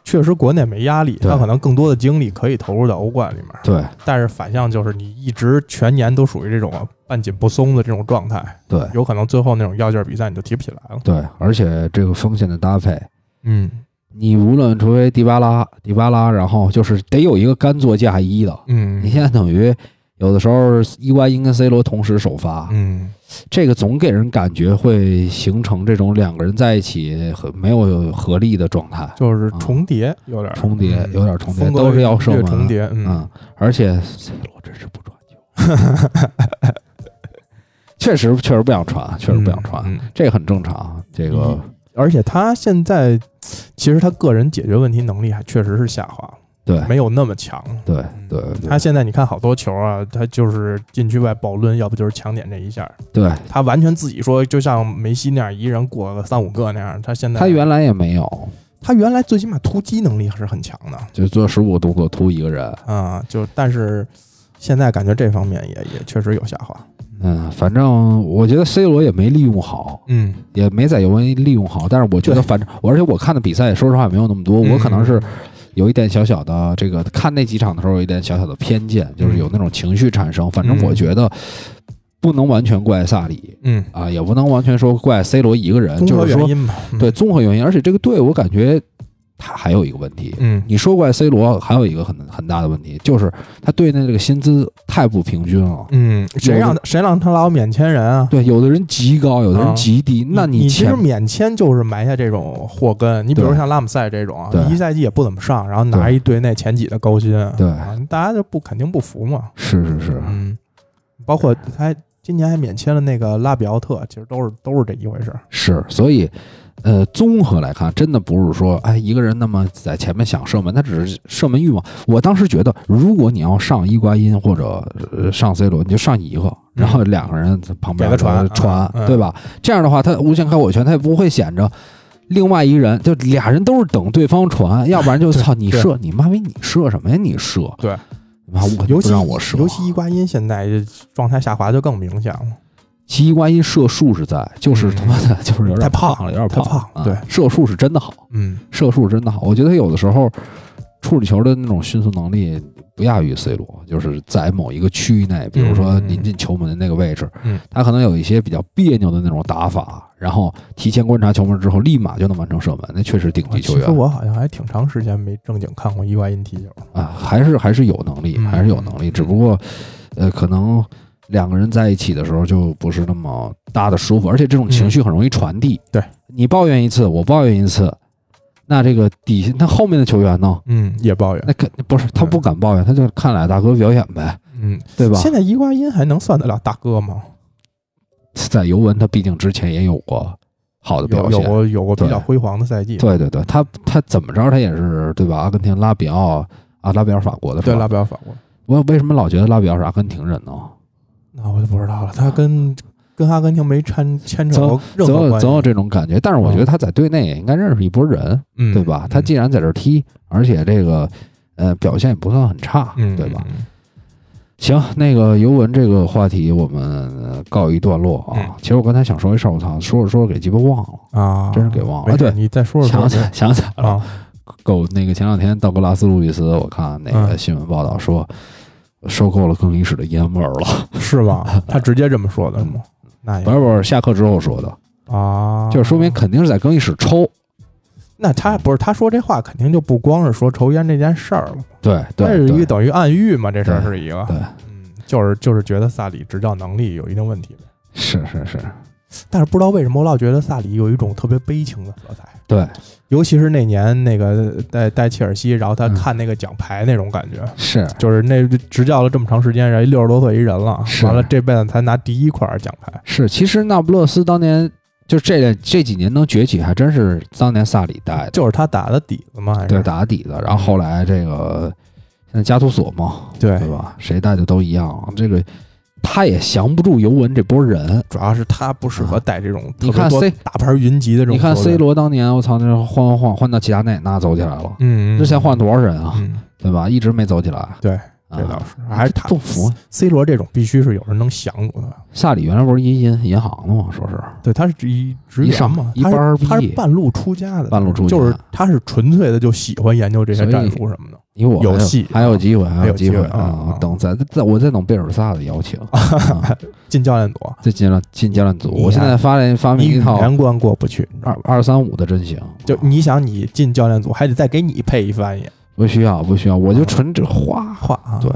确实，国内没压力，对他可能更多的精力可以投入到欧冠里面。对但是反向就是你一直全年都属于这种啊半紧不松的这种状态，对有可能最后那种要劲儿比赛你就提不起来了。对，而且这个锋线的搭配，嗯你无论除非迪巴拉、迪巴拉，然后就是得有一个甘做嫁衣的。你嗯现在等于有的时候，E 伊瓜因跟 C 罗同时首发，嗯这个总给人感觉会形成这种两个人在一起很没有合力的状态，就是重叠，有点儿啊重叠嗯有点重叠，风格都是要射略门，重叠。嗯嗯，而且 C 罗真是不传球， 确实确实不想传，确实不想传，嗯嗯这个很正常，这个而且他现在其实他个人解决问题能力还确实是下滑了，对没有那么强。对对他对现在你看好多球啊，他就是禁区外暴抡，要不就是抢点这一下，对，他完全自己说，就像梅西那样一人过个三五个那样。他现在他原来也没有，他原来最起码突击能力还是很强的就做十五动作突一个人，啊、就但是现在感觉这方面也也确实有下滑。嗯，反正我觉得 C 罗也没利用好，嗯，也没在尤文利用好，但是我觉得对嗯反正我而且我看的比赛也说实话也没有那么多，我可能是有一点小小的这个看那几场的时候有一点小小的偏见，嗯就是有那种情绪产生。反正我觉得不能完全怪萨里嗯，啊，也不能完全说怪 C 罗一个人，综就合是原说因吧。嗯对，综合原因，而且这个队我感觉他还有一个问题。嗯你说怪 C 罗，还有一个很很大的问题，就是他队内这个薪资太不平均了。嗯，谁让他谁让他老免签人啊？对，有的人极高，有的啊人极低。那你其前实免签就是埋下这种祸根。你比如对像拉姆塞这种啊，对一赛季也不怎么上，然后拿对一队内前几的高薪，对啊，大家就不肯定不服嘛。是是是，嗯，包括哎还今年还免签了那个拉比奥特，其实都是都是这一回事儿。是，所以，呃，综合来看，真的不是说，哎，一个人那么在前面想射门，他只是射门欲望。我当时觉得，如果你要上伊瓜因或者、呃、上 C 罗，你就上一嗯个，然后两个人在旁边给他传传啊，嗯对吧？这样的话，他无限开火权，他也不会显着。另外一人就俩人都是等对方传，要不然就 对操你对射你妈逼你射什么呀你射对，妈我尤啊不其让我射，尤其伊瓜因现在状态下滑就更明显了。其伊瓜因射术是在，就是他妈的就是有点嗯太胖了，有点太胖胖啊对射术是真的好。嗯射术真的好，我觉得有的时候处理球的那种迅速能力不亚于 C 罗，就是在某一个区域内，比如说临近球门的那个位置，嗯他可能有一些比较别扭的那种打法，然后提前观察球门之后，立马就能完成射门，那确实顶级球啊其实员我好像还挺长时间没正经看过伊瓜因踢球。啊，还是还是有能力，嗯还是有能力，只不过呃，可能两个人在一起的时候就不是那么搭的舒服，而且这种情绪很容易传递，嗯对你抱怨一次，我抱怨一次。那这个底下，那后面的球员呢？嗯，也抱怨。那肯不是他不敢抱怨，他就看俩大哥表演呗，嗯，对吧？现在伊瓜因还能算得了大哥吗？在尤文，他毕竟之前也有过好的有表有现，过有过比对较辉煌的赛季。对对对，他他怎么着，他也是对吧？阿根廷、拉比奥啊，拉比奥是法国的是对吧？拉比奥法国，我为什么老觉得拉比奥是阿根廷人呢？那我就不知道了。他跟跟阿根廷没掺牵扯过任总何有关总有系，这种感觉，但是我觉得他在队内也应该认识一波人，嗯对吧？他嗯既然在这儿踢，而且这个呃表现也不算很差，嗯对吧？？嗯行，那个尤文这个话题我们呃告一段落啊。嗯其实我刚才想说一事儿，我操，说着说着给鸡巴忘了。啊，真是给忘了没事啊对你再说想说起来，想起来了。啊，够那个前两天道格拉斯·路易斯，我看那个嗯新闻报道说，收购了更衣室的烟味儿了。是吧？ 他直接这么说的是吗？那不也是不是，下课之后说的，啊，就是说明肯定是在更衣室抽。那他不是他说这话，肯定就不光是说抽烟这件事儿了，对对这是一对等于暗喻嘛，这事儿对是一个，对，嗯，就是就是觉得萨里执教能力有一定问题呗是是是，但是不知道为什么，我老觉得萨里有一种特别悲情的色彩，对尤其是那年那个带带切尔西，然后他嗯看那个奖牌那种感觉，是就是那执教了这么长时间，然后六十多岁一人了，是完了这辈子才拿第一块奖牌，是。其实那不勒斯当年就这这几年能崛起，还真是当年萨里带的，就是他打的底子嘛，还是对打底子。然后后来这个现在加图索嘛，对对吧？谁带的都一样，这个他也降不住尤文这波人。主要是他不适合带这种特啊你看别多 C- 大牌云集的这种你球员。看 C 罗当年，我操，那换换换换到齐达内，那走起来了。嗯，嗯，之前换多少人啊，嗯，对吧？一直没走起来。对，啊这倒是，还是他中伏。 C 罗这种必须是有人能降住的。萨啊里原来不是银银银行的吗？说是对，他是一职一员上嘛，一他班儿是他是毕业半路出家的，半路出家就是他是纯粹的就喜欢研究这些所以战术什么的。你我还有戏还有机会，还有机机会啊啊！等再再我再等贝尔萨的邀 请，啊进教练组，再进了进教练组。你我现在发现发你明一语套言关过不去，你知道二吗？二三五的阵型，就你想，你进教练组还得再给你配一翻译不需要不需要，我就纯指画，话啊，对，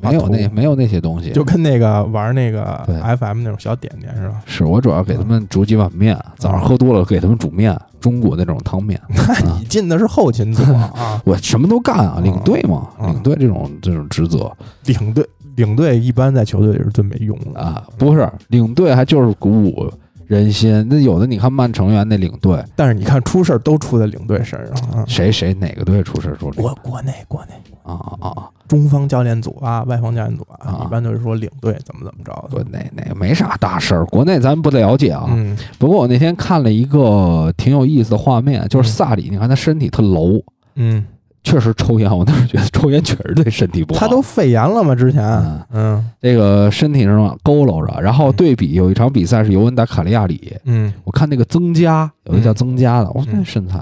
没有那画图没有那些东西，就跟那个玩那个对 FM 那种小点点似的。是我主要给他们煮几碗面，早上喝多了给他们煮面，中国那种汤面。那啊你进的是后勤组 啊，我什么都干啊，嗯领队嘛，嗯领队这种这种职责领队领队一般在球队里是最没用的啊，不是领队还就是鼓舞人心。那有的你看曼城原来那领队，但是你看出事儿都出在领队身上啊。谁谁哪个队出事出力国国内国内啊啊啊啊！中方教练组啊，外方教练组啊啊，一般都是说领队怎么怎么着国的。内那没啥大事儿，国内咱不了解啊。嗯，不过我那天看了一个挺有意思的画面，就是嗯萨里，你看他身体特楼，嗯，确实抽烟，我当时觉得抽烟确实对身体不好。他都肺炎了嘛，之前嗯，嗯这个身体上佝偻着，然后对比有一场比赛是尤文打卡利亚里，嗯，我看那个增加有一个叫增加的，我说嗯那身材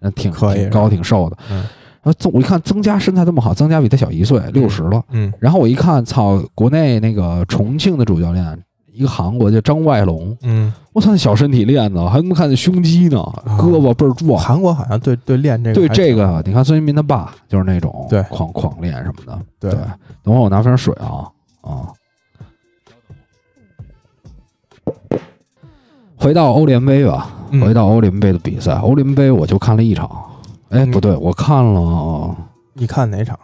那挺可以挺高挺瘦的，嗯然后增我一看增加身材这么好，增加比他小一岁，六十了，嗯然后我一看，操，国内那个重庆的主教练。一个韩国叫张外龙，嗯，我操，那小身体练的，还他妈看那胸肌呢，胳膊倍儿壮。韩国好像对对练啊这对个还这挺个，你看孙兴民他爸就是那种对狂狂练什么的。对对，等会儿我拿瓶水啊啊。回到欧联杯吧，嗯回到欧联杯的比赛，欧联杯我就看了一场，哎，嗯不对，我看了，你看哪场？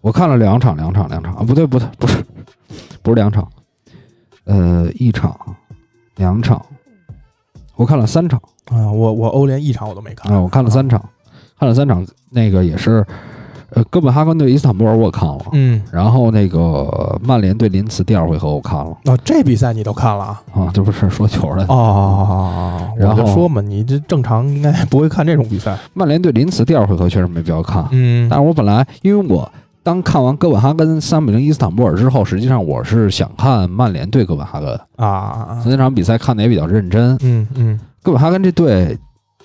我看了两场，两场，两场，啊，不对，不对，不是，不是两场，呃，一场，两场，我看了三场。啊，我我欧联一场我都没看啊，我看了三场，看了三场，那个也是，呃，哥本哈根对伊斯坦布尔我看了，嗯，然后那个曼联对林茨第二回合我看了哦，这比赛你都看了啊？啊， 这不是说球了。哦，我然就后说嘛，你这正常应该不会看这种比赛。曼联对林茨第二回合确实没必要看，嗯但是我本来因为我当看完哥本哈根三比零伊斯坦布尔之后，实际上我是想看曼联对哥本哈根，啊，那场比赛看的也比较认真。嗯嗯哥本哈根这队。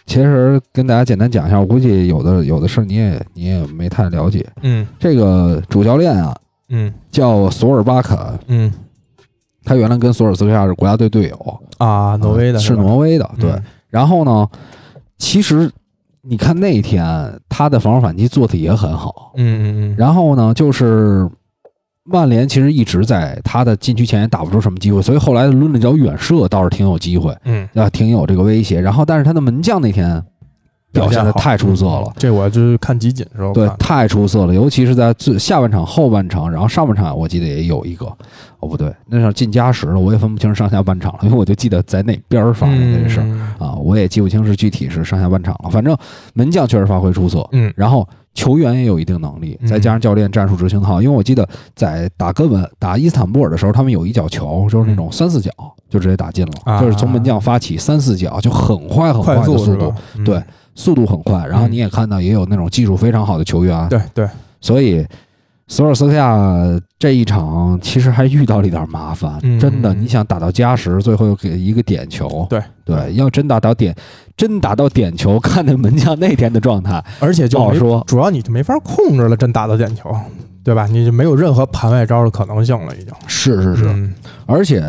其实跟大家简单讲一下，我估计有的有的事儿你也你也没太了解。嗯这个主教练啊，嗯叫索尔巴肯，嗯他原来跟索尔斯克亚是国家队队友，啊，挪威的呃是吧挪威的，对。嗯然后呢，其实你看那天他的防守反击做的也很好。嗯嗯嗯，然后呢，就是曼联其实一直在他的禁区前也打不出什么机会，所以后来的抡了脚远射倒是挺有机会，嗯啊，挺有这个威胁。然后，但是他的门将那天表现的好太出色了。嗯这我就是看集锦时候对看，的太出色了，尤其是在最下半场、后半场，然后上半场我记得也有一个，哦不对，那场进加时了，我也分不清是上下半场了，因为我就记得在哪边儿发生的这事儿、嗯啊，我也记不清是具体是上下半场了，反正门将确实发挥出色，嗯然后球员也有一定能力，嗯再加上教练战术执行好，因为我记得在打哥本、打伊斯坦布尔的时候，他们有一脚球就是那种三四脚就直接打进了，嗯啊就是从门将发起三四脚就很快很快的快速速是度吧。？嗯对速度很快，然后你也看到也有那种技术非常好的球员，啊对对，所以索尔斯克亚这一场其实还遇到了一点麻烦，嗯真的，嗯你想打到加时，最后又给一个点球，对对，要真打到点，真打到点球， 看那门将那天的状态，而且就不好没说主要你就没法控制了，真打到点球，对吧？你就没有任何盘外招的可能性了，已经。是是是，嗯而且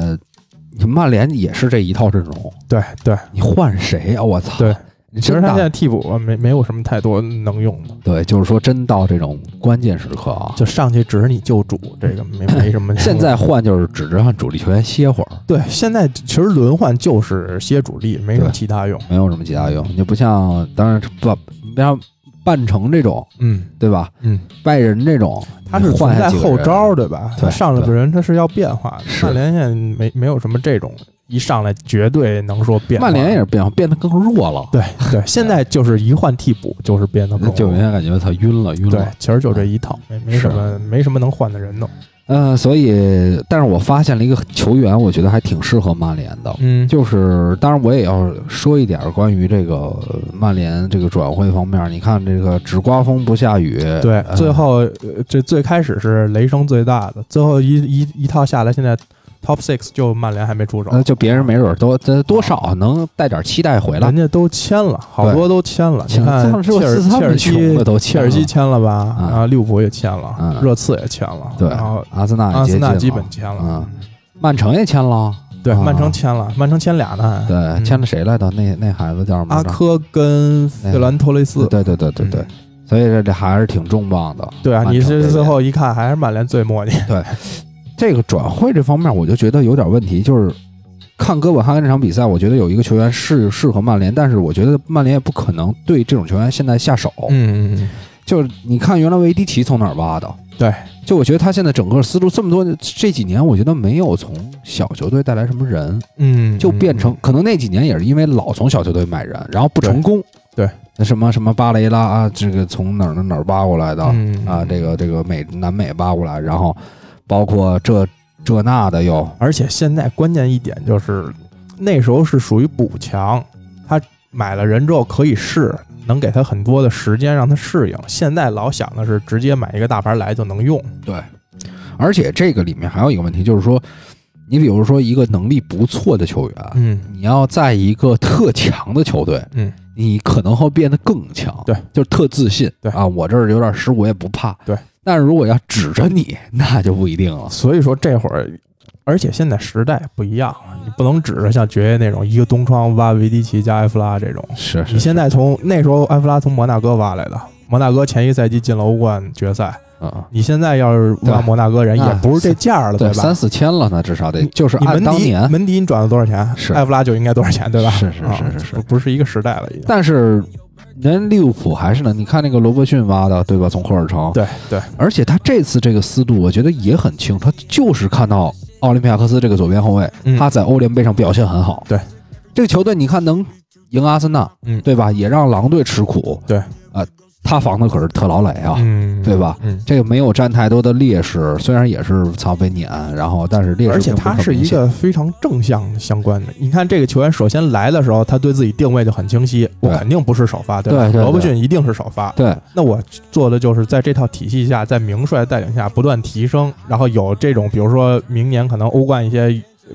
你曼联也是这一套阵容，对对，你换谁啊？我操！对其实真他现到在替补啊没没有什么太多能用的，对，就是说真到这种关键时刻啊，就上去指着你救主，这个没没什 么用。现在换就是指着让主力球员歇会儿，对，现在其实轮换就是歇主力，没什么对其他用。没有什么其他用。你不像，当然不像半程这种，嗯对吧？嗯，拜仁这种，他是你换存下在几个后人招，对吧？对他上来的人他是要变化的。是曼联现在没没有什么这种一上来绝对能说变化。曼联也是变变得更弱了，对对，现在就是一换替补就是变得更就明显感觉他晕了，晕对了。，其实就这一套，没嗯没是什么没什么能换的人的。嗯、所以，但是我发现了一个球员，我觉得还挺适合曼联的。嗯就是，当然我也要说一点儿关于这个呃曼联这个转会方面儿。你看，这个只刮风不下雨，对，呃最后呃这最开始是雷声最大的，最后一一一套下来，现在 top six 就曼联还没出手，呃，就别人没准儿都这多啊少能带点儿期待回来人。家都签了，好对多都签嗯了。你像看像是切我尔四切三尔们穷西了，都切切尔西签了吧，嗯然后利物浦也签了，嗯热刺也签了，对，然后阿森纳阿也接森纳近基了本签了嗯，曼城也签了，对，啊曼城签了，曼城签俩呢，对，嗯签了谁来着？那那孩子叫什么来阿着？科跟费兰托雷斯。嗯对对对对对，所以这这还是挺重磅的。对啊，曼你城是这最边后一看还是曼联最磨叽。这个转会这方面，我就觉得有点问题，就是。看哥本哈根这场比赛，我觉得有一个球员是适合曼联，但是我觉得曼联也不可能对这种球员现在下手。嗯嗯嗯，就是你看原来维迪奇从哪儿挖的？对，就我觉得他现在整个思路这么多这几年，我觉得没有从小球队带来什么人，嗯，就变成可能那几年也是因为老从小球队买人，然后不成功。对对，那什么什么巴雷拉啊，这个从哪儿哪儿挖过来的、嗯啊？这。嗯嗯个这个美南美挖过来，然后包括这这那的又而且现在关键一点就是，那时候是属于补强，他买了人之后可以试，能给他很多的时间让他适应。现在老想的是直接买一个大牌来就能用，对，而且这个里面还有一个问题，就是说，你比如说一个能力不错的球员，嗯，你要在一个特强的球队，嗯，你可能会变得更强，对，就是特自信，对啊，我这儿有点失误我也不怕，对。但是如果要指着你，那就不一定了，所以说这会儿。而且现在时代不一样了，你不能指着像爵爷那种一个东窗挖维迪奇加埃弗拉这种。是你现在从那时候埃弗拉从摩纳哥挖来的，摩纳哥前一赛季进了欧冠决赛，啊，你现在要是挖对摩纳哥人也那不是这价儿了，对，吧？三四千了呢，至少得你就是你按门当迪年，门迪你转了多少钱？是埃弗拉就应该多少钱，对吧？是是啊是是是不不是一个时代了，已经。但是。人利物浦还是呢，你看那个罗伯逊挖的，对吧？从霍尔城，对对，而且他这次这个思路，我觉得也很轻，他就是看到奥林匹亚克斯这个左边后卫，嗯他在欧联杯上表现很好。对，这个球队你看能赢阿森纳，嗯对吧？也让狼队吃苦。对，呃，他防的可是特劳雷啊，嗯，对吧？嗯，这个没有占太多的劣势，虽然也是曹被撵，然后但是劣势而且并不他很是明一显个非常正向相关的。你看这个球员，首先来的时候，他对自己定位就很清晰，我对肯定不是首发，吧？对对对罗伯逊一定是首发。对那我做的就是在这套体系下，在明帅带领下不断提升，然后有这种，比如说明年可能欧冠一些，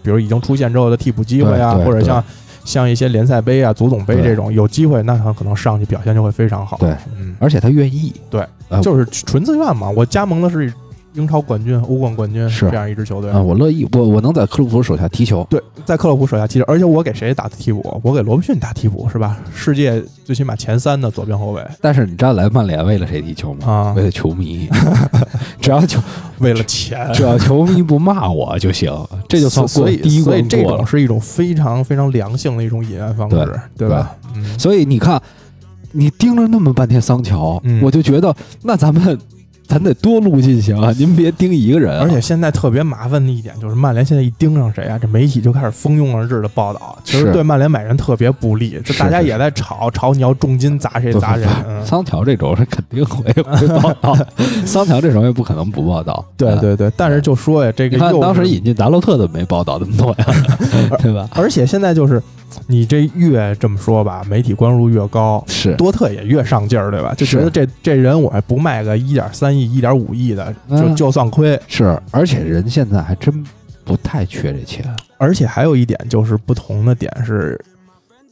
比如已经出现之后的替补机会啊，对对或者对像像一些联赛杯啊、足总杯对这种有机会，那他可能上去表现就会非常好。对，嗯，而且他愿意。就是纯自愿嘛，我加盟的是英超冠军、欧冠冠军是这样一支球队。啊、我乐意，我我能在克洛普手下踢球。对，在克洛普手下踢着，而且我给谁打替补？我给罗伯逊打替补是吧？世界最起码前三的左边后卫但是你知道来曼联为了谁踢球吗？啊为，了球迷， 只要球为了钱，只要球迷不骂我就行，这就算过所以第一所以关这过了种。是一种非常非常良性的一种引援方式，对对吧？嗯，所以你看，你盯了那么半天桑乔，嗯我就觉得那咱们咱得多路进行啊，您别盯一个人啊、而且现在特别麻烦的一点就是，曼联现在一盯上谁啊，这媒体就开始蜂拥而至的报道，其实是对曼联买人特别不利，就是大家是也在吵吵你要重金砸谁对砸人不。嗯桑乔这种是肯定会会报道，桑乔这种也不可能不报道。对嗯，对对，但是就说呀，这个你看又当时是引进达洛特怎么没报道那么多呀？ 对吧？而且现在就是你这越这么说吧，媒体关注越高，是，多特也越上劲儿，对吧？就觉是得这这人我还不卖个一点三亿、一点五亿的，就嗯就算亏。是，而且人现在还真不太缺这钱。而且还有一点就是不同的点是，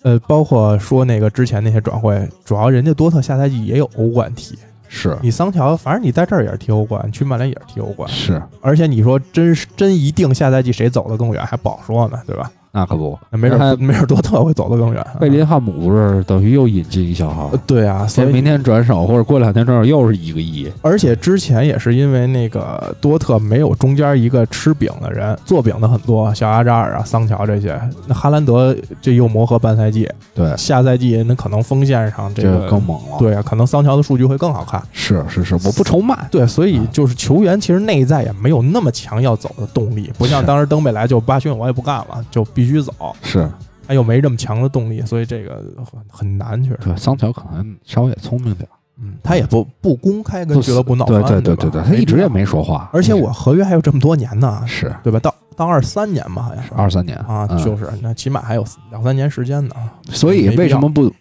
呃，包括说那个之前那些转会，主要人家多特下赛季也有欧冠踢，是你桑乔反正你在这儿也是踢欧冠，你去曼联也是踢欧冠，是，而且你说真是真一定下赛季谁走的更远还不好说呢，对吧？那可不，那没准那儿他 没准儿多特会走得更远。贝林汉姆不是等于又引进一小号呃，对啊，所所以以明天转手或者过两天转手又是一个亿，而且之前也是因为那个多特没有中间一个吃饼的人，做饼的很多，小阿扎尔啊、桑乔这些。那哈兰德这又磨合半赛季，对，下赛季那可能锋线上这这个个更猛了。，对啊，可能桑乔的数据会更好看。是是是，我不愁嗯卖。对，所以就是球员其实内在也没有那么强要走的动力，不像是当时登贝莱就巴训我也不干了，就必须走，是他又没这么强的动力，所以这个很很难，确实。对，桑乔可能稍微也聪明点儿，嗯，他也不不公开跟不俱乐部闹对翻，对对对对吧对，他一直也。嗯必要没说话。嗯而且我合约还有这么多年呢，是对吧？到到二三年吧，好像是二三年啊，嗯就是那起码还有两三年时间呢。啊所以没必为什要么不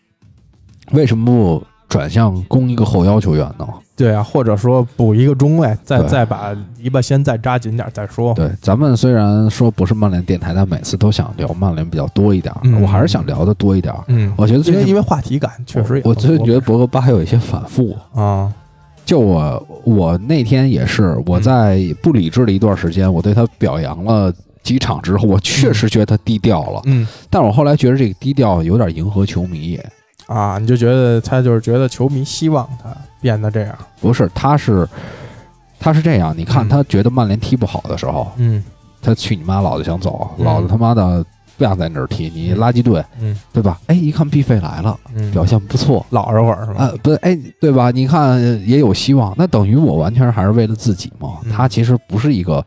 为什么不转向攻一个后腰球员呢？对啊，或者说补一个中卫，再对再把篱笆先再扎紧点再说。对，咱们虽然说不是曼联电台，但每次都想聊曼联比较多一点儿，嗯我还是想聊的多一点儿。嗯，我觉得最因为近因为话题感确实也我很最多近觉得博格巴有一些反复。啊，就我我那天也是，嗯我在不理智的一段时间，我对他表扬了几场之后，我确实觉得他低调了，嗯但我后来觉得这个低调有点迎合球迷，啊，你就觉得他就是觉得球迷希望他变得这样。不是，他是他是这样，你看嗯他觉得曼联踢不好的时候，嗯他去你妈老子想走，嗯老子他妈的不想在你这儿踢，你垃圾队，嗯对吧？哎，一看毕费来了，嗯，表现不错。老实会儿是吧？啊，不是，哎，对吧？你看也有希望，那等于我完全还是为了自己嘛。嗯他其实不是一个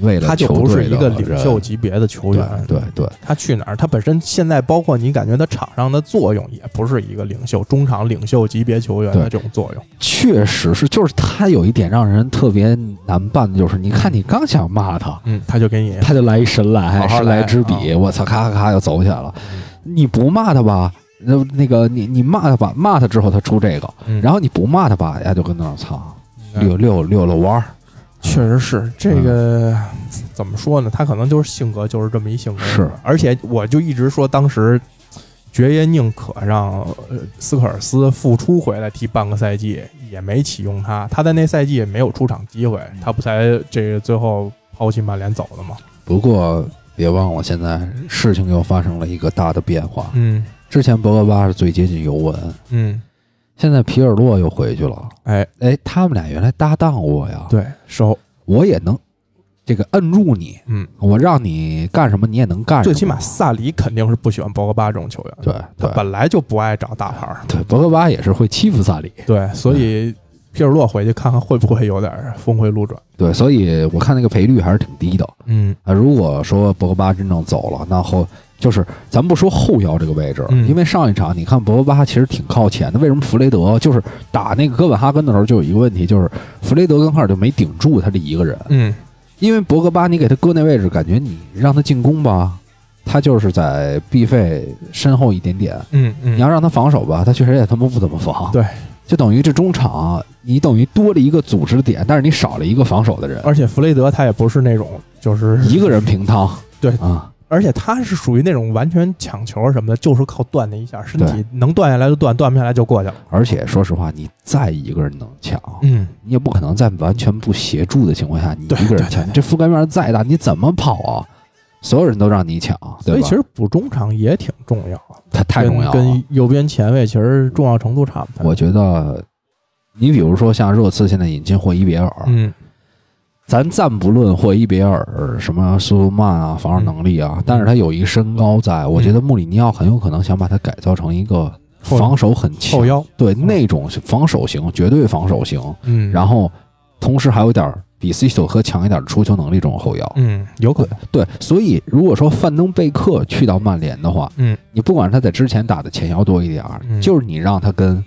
为了他就球不是队一的个领人袖级别的球对员，对对，他去哪儿，他本身现在包括你感觉他场上的作用也不是一个领袖中场领袖级别球员的对这种作用。确实是，就是他有一点让人特别难办的，就是你看你刚想骂他，嗯，他就给你他就来一神好来，好神来啊嗯来之笔，我操，咔咔咔又走起来了。你不骂他吧，那那个你你骂他吧，骂他之后他出这个，嗯然后你不骂他吧，人哎家就跟那儿操溜溜溜了弯儿。确实是这个、怎么说呢？他可能就是性格就是这么一性格，是。而且我就一直说，当时爵爷宁可让呃斯科尔斯复出回来踢半个赛季，也没启用他。他在那赛季也没有出场机会，他不才这个最后抛弃曼联走的吗？不过别忘了，现在事情又发生了一个大的变化。嗯之前博格巴是最接近尤文，嗯，现在皮尔洛又回去了。哎，哎，他们俩原来搭档过呀，对，收，我也能这个摁住你，嗯，我让你干什么你也能干什最么。起码萨里肯定是不喜欢博格巴这种球员，对他对本来就不爱找大牌儿，对，博格巴也是会欺负萨里。对，所以皮尔洛回去看看会不会有点峰回路转。对，所以我看那个赔率还是挺低的。嗯啊，如果说博格巴真正走了，那后就是咱不说后腰这个位置，嗯因为上一场你看博格巴其实挺靠前的，为什么弗雷德就是打那个哥本哈根的时候就有一个问题，就是弗雷德跟哈尔就没顶住他这一个人，嗯。因为博格巴你给他搁那位置，感觉你让他进攻吧，他就是在 B 费身后一点点，嗯你嗯，要让他防守吧，他确实也他妈不怎么防，对，就等于这中场你等于多了一个组织点，但是你少了一个防守的人，而且弗雷德他也不是那种就是一个人，平汤，对啊。而且他是属于那种完全抢球什么的，就是靠断那一下，身体能断下来就断，断不下来就过去了。而且说实话，你再一个人能抢，嗯，你也不可能在完全不协助的情况下，你对一个对人对抢，对你这覆盖面再大，你怎么跑啊？所有人都让你抢，所对以吧？其实补中场也挺重要，它太重要跟了。跟右边前卫其实重要程度差不太多。我觉得，你比如说像热刺现在引进霍伊别尔，嗯咱暂不论霍伊别尔什么苏鲁曼啊、嗯防守能力啊，但是他有一身高在，我觉得穆里尼奥很有可能想把他改造成一个后防守很后强，腰，对那种防守型、绝对防守型，嗯，然后后同时还有点儿比 C 索科强一点儿的出球能力这种后腰。嗯有可能，对，所以如果说范登贝克去到曼联的话，嗯，你不管是他在之前打的前腰多一点儿，嗯就是你让他跟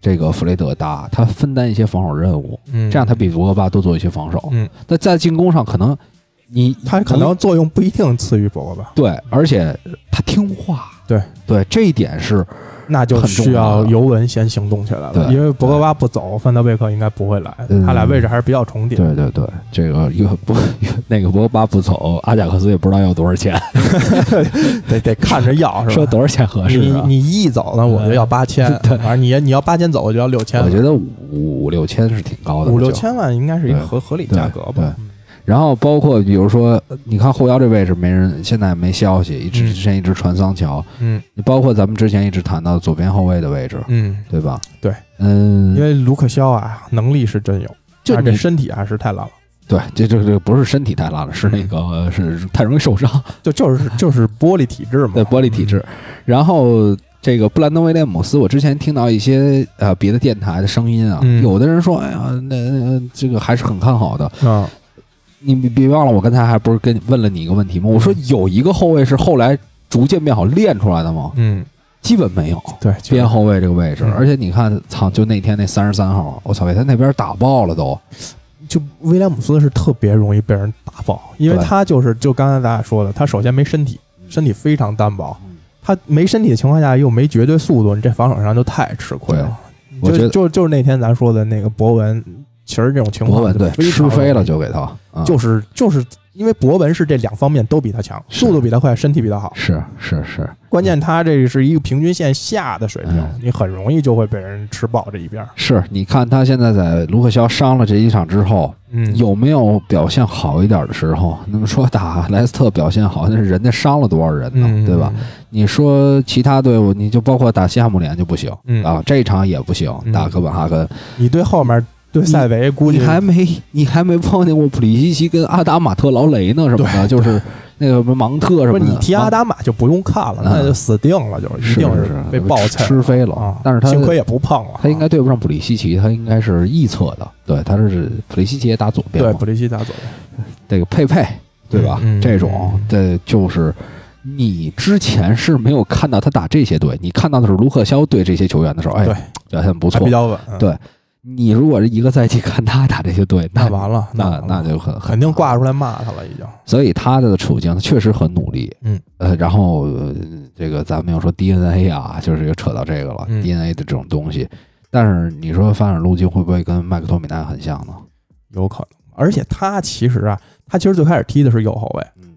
这个弗雷德搭，他分担一些防守任务，嗯，这样他比博格巴多做一些防守。嗯，那在进攻上可能你他可能作用不一定次于博格巴，对，而且他听话。对对，这一点是那就很重需要要的尤文先行动起来了，对因为博格巴不走，范德贝克应该不会来，嗯他俩位置还是比较重叠。对对对，这个一个不 那个博格巴不走，阿贾克斯也不知道要多少钱，得得看着要是吧？说多少钱合适、啊？哎你你一走呢，我就要 八千，反正你你要八千走，我就要六千。我觉得五五六千是挺高的，五六就。千万应该是一个对嗯合合理价格吧。然后包括比如说，你看后腰这位置没人，现在没消息，一直嗯之前一直传桑乔，嗯包括咱们之前一直谈到左边后卫的位置，嗯，对吧？对，因嗯，为卢克肖啊，能力是真有，就但是你这身体还是太烂了，对，这这这不是身体太烂了，是嗯那个是太容易受伤，就就是就是玻璃体质嘛，对玻璃体嗯质。然后这个布兰登威廉姆斯，我之前听到一些呃别的电台的声音啊，嗯有的人说，哎呀，那、那这个还是很看好的。啊，你别别忘了，我刚才还不是跟问了你一个问题吗？我说嗯有一个后卫是后来逐渐变好练出来的吗？嗯，基本没有。对，确边实后卫这个位置，嗯而且你看，操，就那天那三十三号，我操，被他那边打爆了都。就威廉姆斯是特别容易被人打爆，因为对他就是就刚才咱俩说的，他首先没身体，身体非常单薄嗯，他没身体的情况下又没绝对速度，你这防守上就太吃亏了。我觉就得就就是那天咱说的那个博文，其实这种情博况文对就非吃常飞容了易就给他，嗯就是就是因为博文是这两方面都比他强，是速度比他快，身体比他好，是是是，关键他这个是一个平均线下的水平嗯，你很容易就会被人吃爆这一边儿。是，你看他现在在卢克肖伤了这一场之后，嗯有没有表现好一点的时候？那么说打莱斯特表现好，那是人家伤了多少嗯人呢，对吧？？你说其他队伍，你就包括打西汉姆联就不行、嗯啊，这一场也不行，嗯打哥本哈根，你对后面对塞维估计你还没你还没碰见过普里西奇跟阿达马特劳雷呢什么的，对就是那个什么芒特什么不是的，你提阿达玛就不用看了，嗯那就死定了，就是一定啊是被爆吃菜吃飞了，啊！但是他幸亏也不胖了啊，他应该对不上普里西奇，他应该是右侧的，对，他是普里西奇也打左边对嘛，普利西达左右这个佩佩，对吧？嗯嗯这种这就是你之前是没有看到他打这些队，你看到的是卢克肖对这些球员的时候，哎对，表现不还错比。较稳，嗯对你如果是一个赛季看他打这些队，那那完了，那完了那就很肯定挂出。出来骂他了，已经。所以他的处境确实很努力，嗯，呃，然后呃这个咱们要说 DNA 啊，就是又扯到这个了、嗯 d n a 的这种东西。但是你说发展路径会不会跟麦克托米奈很像呢？有可能。而且他其实啊，他其实最开始踢的是右后卫，嗯，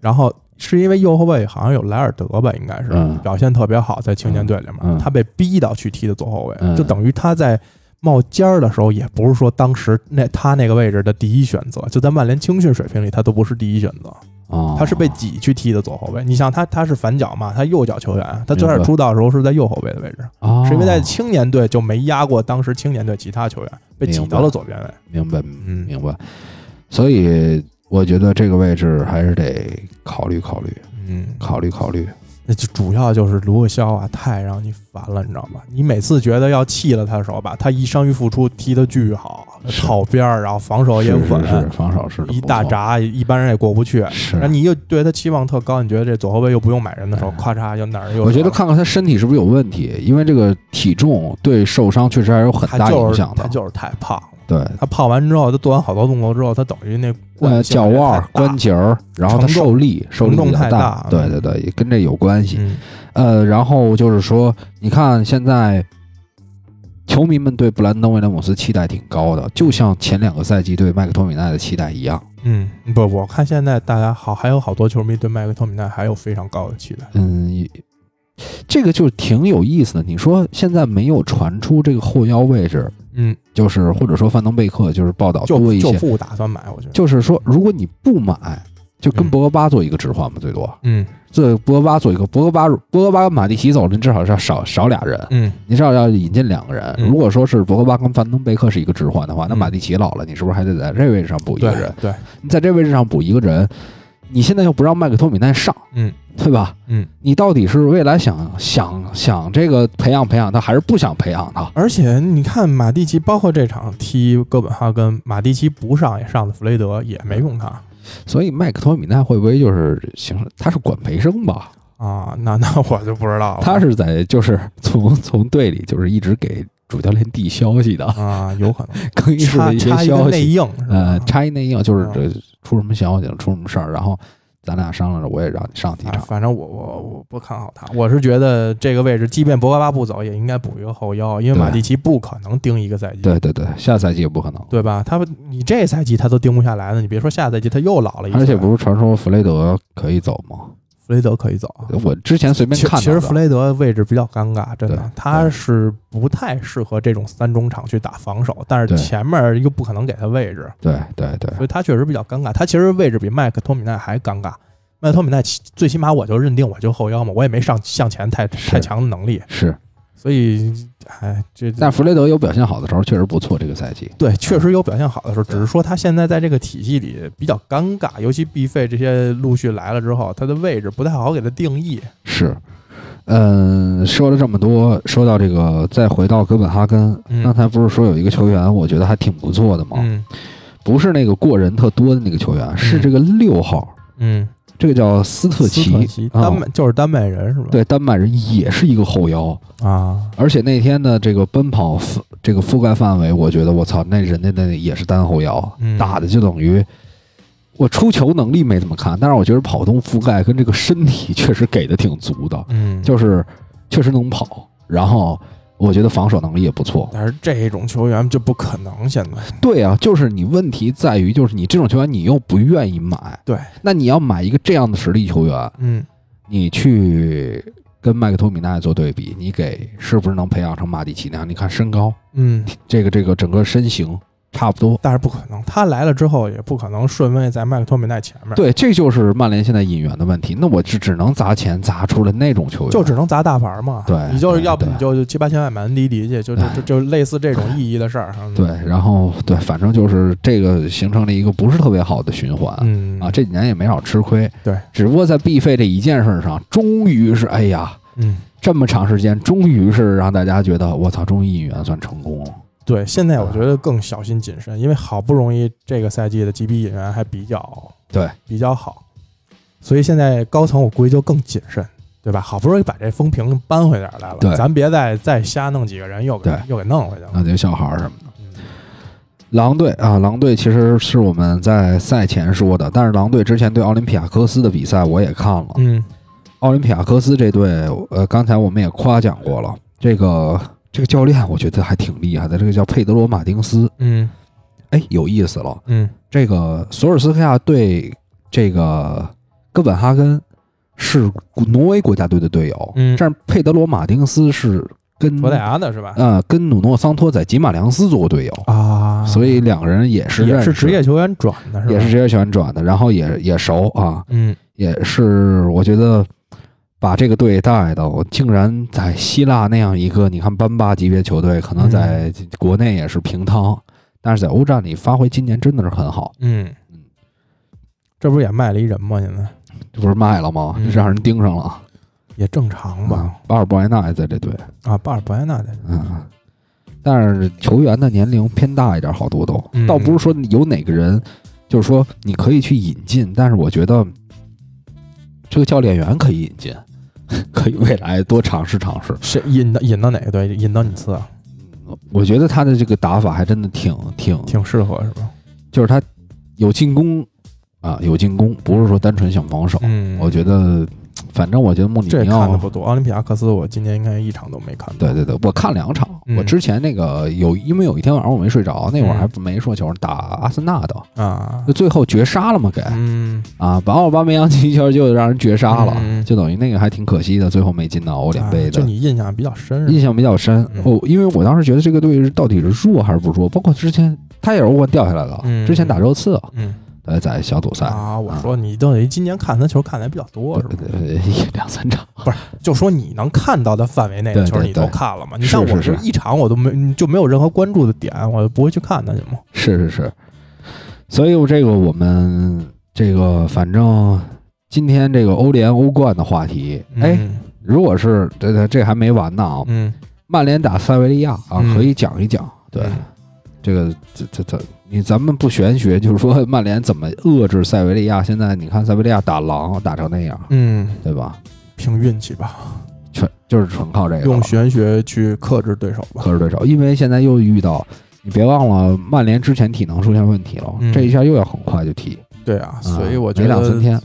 然后是因为右后卫好像有莱尔德吧，应该是、嗯表现特别好，在青年队里面，嗯嗯他被逼到去踢的左后卫，嗯就等于他在冒尖儿的时候，也不是说当时那他那个位置的第一选择，就在曼联青训水平里，他都不是第一选择，哦，他是被挤去踢的左后卫。你想他他是反脚嘛，他右脚球员，他最开明始白出道的时候是在右后卫的位置，哦是因为在青年队就没压过当时青年队其他球员，被挤到了左边位。明白，嗯明白。所以我觉得这个位置还是得考虑考虑，嗯，考虑考虑。那就主要就是卢克肖啊，太让你烦了，你知道吧？你每次觉得要弃了他的时候吧，他一伤愈复出，踢得巨好，是靠边儿，然后防守也是稳，是是，防守是一大，闸，一般人也过不去。是然后。你又对他期望特高，你觉得这左后卫又不用买人的时候，嗯咔嚓又哪儿又我觉得折了看看他身体是不是有问题，因为这个体重对受伤确实还是有很他大就影是响的他。就是太胖了，对，他胖完之后，他做完好多动作之后，他等于那呃，惯性脚腕也儿太、大关节儿，然后他承重受力，受力承重比较太大大。对对对，也跟这有关系。嗯呃，然后就是说，你看现在球迷们对布兰登·威廉姆斯期待挺高的，就像前两个赛季对麦克托米奈的期待一样。嗯，不，我看现在大家好，还有好多球迷对麦克托米奈还有非常高的期待。嗯，也这个就挺有意思的。你说现在没有传出这个后腰位置，嗯，就是或者说范登贝克就是报道多就一就些，不打算买，我觉得。就是说如果你不买，就跟嗯博格巴做一个置换嘛，最多。嗯这博格巴做一个博格巴，博格巴跟马蒂奇走了，你至少是要少少俩人，嗯，你至少要引进两个人。嗯如果说是博格巴跟范登贝克是一个置换的话，那嗯马蒂奇老了，你是不是还得在这位置上补一个人？对，你在这位置上补一个人，你现在又不让麦克托米奈上，嗯，对吧？嗯，你到底是未来想想想这个培养培养他，还是不想培养他？而且你看马蒂奇，包括这场踢哥本哈根，马蒂奇不上也上的弗雷德，也没用他所以麦克托米奈会不会就是行，他是管培生吧？啊。那 那我就不知道了。他是在就是 从从队里就是一直给主教练递消息的， 啊，有可能更衣室插的一些插一个消内息，应是吧？呃，插一内应就是嗯这出什么消息了，出什么事儿，然后咱俩商量着，我也让你上几哎场。反正我我我不看好他，我是觉得这个位置，即便博格巴不走，也应该补一个后腰，因为对马蒂奇不可能盯一个赛季，对对对，下赛季也不可能。对吧？他你这赛季他都盯不下来了，你别说下赛季他又老了一岁，而且不是传说弗雷德可以走吗？弗雷德可以走啊。我之前随便其看其实到弗的。雷德位置比较尴尬，真对的，他是不太适合这种三中场去打防守，但对是前面又不可能给他位置，对对对所以他确实比较尴尬。他其实位置比麦克托米奈还尴尬。麦克托米奈起最起码我就认定我就后腰嘛，我也没上向前太是太强的能力，是，所以哎，这但弗雷德有表现好的时候，确实不错。这个赛季，对确实有表现好的时候，对只是说他现在在这个体系里比较尴尬，尤其 B 费这些陆续来了之后，他的位置不太好给他定义。是，嗯，说了这么多，说到这个，再回到哥本哈根，嗯刚才不是说有一个球员，我觉得还挺不错的吗？嗯不是那个过人特多的那个球员，啊是这个六号，嗯，这个叫斯特斯奇特奇，啊丹麦就是丹麦人是吧？对，丹麦人也是一个后腰，啊，而且那天的这个奔跑覆这个覆盖范围，我觉得我操，那人家那也是单后腰，啊嗯打的就等于我出球能力没怎么看，但是我觉得跑动覆盖跟这个身体确实给的挺足的，嗯，就是确实能跑，然后我觉得防守能力也不错。但是这种球员就不可能现在。对啊，就是你问题在于，就是你这种球员你又不愿意买，对，那你要买一个这样的实力球员，嗯，你去跟麦克托米奈做对比，你给是不是能培养成马蒂奇那样？你看身高，嗯，这个这个整个身形差不多。但是不可能，他来了之后也不可能顺位在麦克托米奈前面，，对，这就是曼联现在引援的问题。那我只只能砸钱砸出了那种球员，就只能砸大牌嘛。对你就是要不对你就七八千万买恩迪迪去，就就就就类似这种意义的事儿。嗯对，，然后对，反正就是这个形成了一个不是特别好的循环。嗯啊，这几年也没少吃亏，对，只不过在 B 费这一件事上，终于是，哎呀，嗯，这么长时间，终于是让大家觉得，我操，终于引援算成功了。对，现在我觉得更小心谨慎，因为好不容易这个赛季的 GB 引援还比较对比较好，所以现在高层我估计就更谨慎，对吧？好不容易把这风评扳回点儿来对了，咱别再再瞎弄几个人又给对又给弄回去了。那就小孩儿什么的。嗯狼队啊，狼队其实是我们在赛前说的，但是狼队之前对奥林匹亚科斯的比赛我也看了，嗯奥林匹亚科斯这队，呃，刚才我们也夸奖过了，这个这个教练我觉得还挺厉害的，这个叫佩德罗马丁斯，嗯哎，有意思了，嗯这个索尔斯克亚对这个哥本哈根是挪威国家队的队友，嗯啊但是佩德罗马丁斯是跟葡萄牙的是吧？呃跟努诺桑托在吉马良斯做过队友，啊，嗯所以两个人也是认也识是职业球员转的是吧？也是职业球员转的，然后也也熟啊，嗯也是我觉得把这个队带的，我竟然在希腊那样一个你看班霸级别球队，可能在嗯国内也是平汤，但是在欧战里发挥今年真的是很好，嗯嗯，这不是也卖了一人吗？现在这不是卖了吗？嗯这让人盯上了，也正常吧？巴尔博埃纳也在这队，啊，巴尔博埃纳的嗯。但是球员的年龄偏大一点，好多都，嗯倒不是说有哪个人，就是说你可以去引进，但是我觉得这个教练员可以引进， 可以未来多尝试尝试。谁引到引到哪个队？引到你次啊，我觉得他的这个打法还真的挺挺，挺适合是吧？就是他有进攻啊，有进攻，不是说单纯想防守。嗯，我觉得，反正我觉得穆里这尼看的奥不，多。奥林匹亚克斯我今年应该一场都没看到。对对对，我看两场。嗯我之前那个有，因为有一天晚上我没睡着，那会儿嗯还没说球，打阿森纳的，啊就，最后绝杀了嘛，给嗯啊，把奥巴梅扬进一球就让人绝杀了，嗯嗯就等于那个还挺可惜的，最后没进到欧联杯啊就的。你印象比较深是吧印象比较深嗯哦，因为我当时觉得这个队是到底是弱还是不弱，包括之前他也是欧冠掉下来的，嗯之前打热刺啊，嗯呃，在小组赛啊，我说你等于今年看他球看的也比较多是吧对？对对对两三场， 就说你能看到的范围内对的球对你都对看了吗？你是像是我就是一场我都没就没有任何关注的点，我就不会去看它去嘛。是是是，所以这个我们这个反正今天这个欧联欧冠的话题，哎，嗯如果是这这这还没完呢啊，嗯，曼联打塞维利亚啊，嗯可以讲一讲，对嗯，这个这这这。你咱们不玄学，就是说曼联怎么呃遏制塞维利亚？现在你看塞维利亚打狼啊打成那样，嗯，对吧？凭运气吧，全就是纯靠这个了，用玄学去克制对手吧。克制对手，因为现在又遇到，你别忘了曼联之前体能出现问题了，嗯这一下又要很快就踢，对啊，啊所以我觉没两三得天，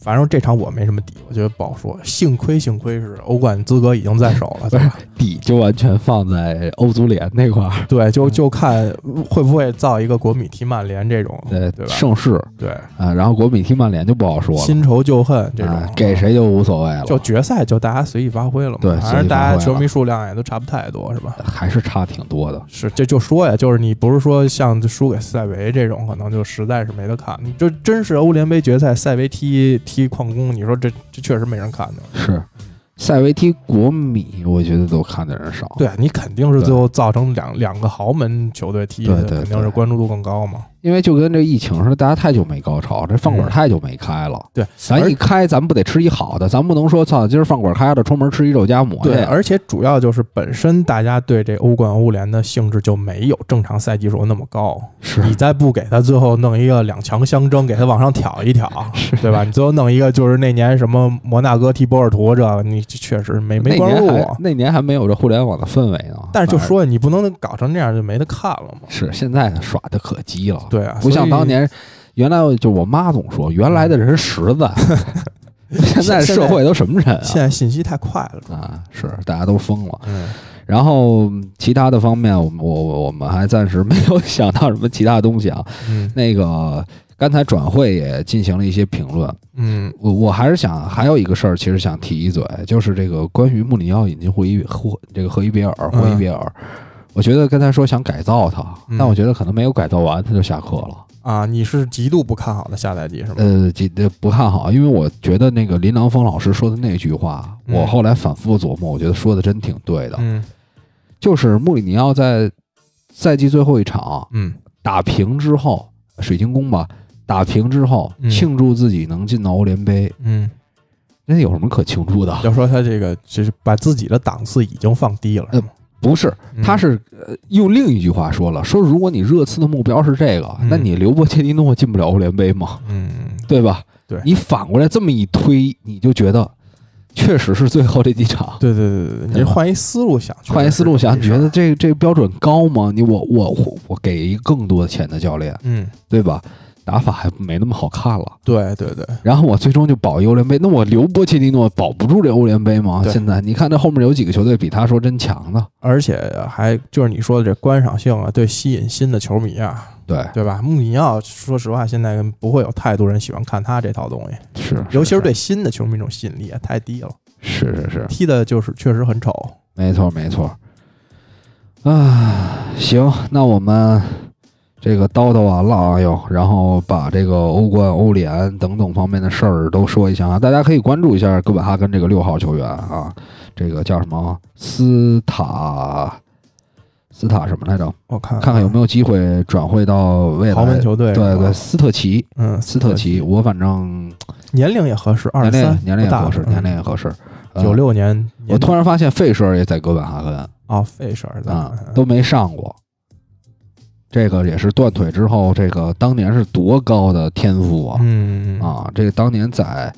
反正这场我没什么底，我觉得不好说。幸亏幸亏是欧冠资格已经在手了，对吧？底就完全放在欧足联那块儿，对，就就看会不会造一个国米踢曼联这种，对对吧？盛世对，啊，然后国米踢曼联就不好说了，新仇旧恨这啊种，给谁就无所谓了，就决赛就大家随意发挥了嘛，对反随意发挥正大家了球迷数量也都差不太多，是吧？还是差挺多的。是，这就说呀，就是你不是说像输给塞维这种，可能就实在是没得看。你就真是欧联杯决赛，塞维踢踢矿工，你说这这确实没人看的。是，塞维踢国米，我觉得都看的人少。，对啊你肯定是对最后造成两两个豪门球队踢的，对对肯定是对关注度更高嘛。因为就跟这疫情似的，大家太久没高潮，这饭馆嗯太久没开了。对，咱而一开，咱不得吃一好的，咱不能说操，今儿饭馆开了，出门吃一肉夹馍去。对，而且主要就是本身大家对这欧冠、欧联的兴致就没有正常赛季时候那么高。是你再不给他最后弄一个两强相争，给他往上挑一挑，对吧？你最后弄一个就是那年什么摩纳哥踢波尔图这个，你确实没没那关注年我还。那年还没有这互联网的氛围呢。但是就反说你不能搞成那样就没得看了嘛而。是现在耍的可激了，对啊，不像所以当年。原来就我妈总说，原来的人实 在，现在社会都什么人现在信息太快了。啊？啊，是大家都疯了。嗯，然后嗯其他的方面，我们我我我们还暂时没有 想到什么其他东西啊。嗯那个刚才转会也进行了一些评论，嗯我我还是想还有一个事儿，其实想提一嘴，就是这个关于穆里尼奥引进霍伊霍这个霍伊比尔霍伊比尔，我觉得刚才说想改造他，嗯但我觉得可能没有改造完他就下课了。啊，你是极度不看好的下赛季是吗？呃，这这不看好，因为我觉得那个林良锋老师说的那句话，嗯我后来反复琢磨，我觉得说的真挺对的。嗯就是穆里尼奥在赛季最后一场嗯打平之后，水晶宫吧打平之后，嗯庆祝自己能进到欧联杯，嗯，那有什么可庆祝的？要说他这个就是把自己的档次已经放低了，是吗不是，呃嗯他是呃用另一句话说了，说如果你热刺的目标是这个，嗯那你留波切蒂诺进不了欧联杯吗？嗯对吧？对你反过来这么一推，你就觉得确实是最后这几场。对对对对对，你对吧换一思路想，换一思路想，你确实觉是得这么回事这儿这个标准高吗？你我我我我给一个更多的钱的教练，嗯，对吧？打法还没那么好看了。对对对，然后我最终就保一欧联杯，那我留波切蒂诺保不住这欧联杯吗？对现在你看这后面有几个球队比他说真强的，而且还就是你说的这观赏性啊，对吸引新的球迷啊，对，对吧？穆里尼奥说实话，现在不会有太多人喜欢看他这套东西，是，尤其是对新的球迷这种吸引力也太低了，是是是，踢的就是确实很丑。没错没错。啊，行，那我们这个叨叨完了啊，又然后把这个欧冠、欧联等等方面的事儿都说一下啊，大家可以关注一下哥本哈根这个六号球员啊，这个叫什么斯塔斯塔什么来着？我看看看有没有机会转会到未来啊豪门球队，对对，，斯特奇，嗯，斯特奇，我反正年龄也合适，二年十龄三，年龄也合适，年龄龄也合适。呃嗯九，六年，我突然发现费舍尔也在哥本哈根啊，费事儿啊，都没上过。这个也是断腿之后，这个当年是多高的天赋啊！嗯啊，这个当年在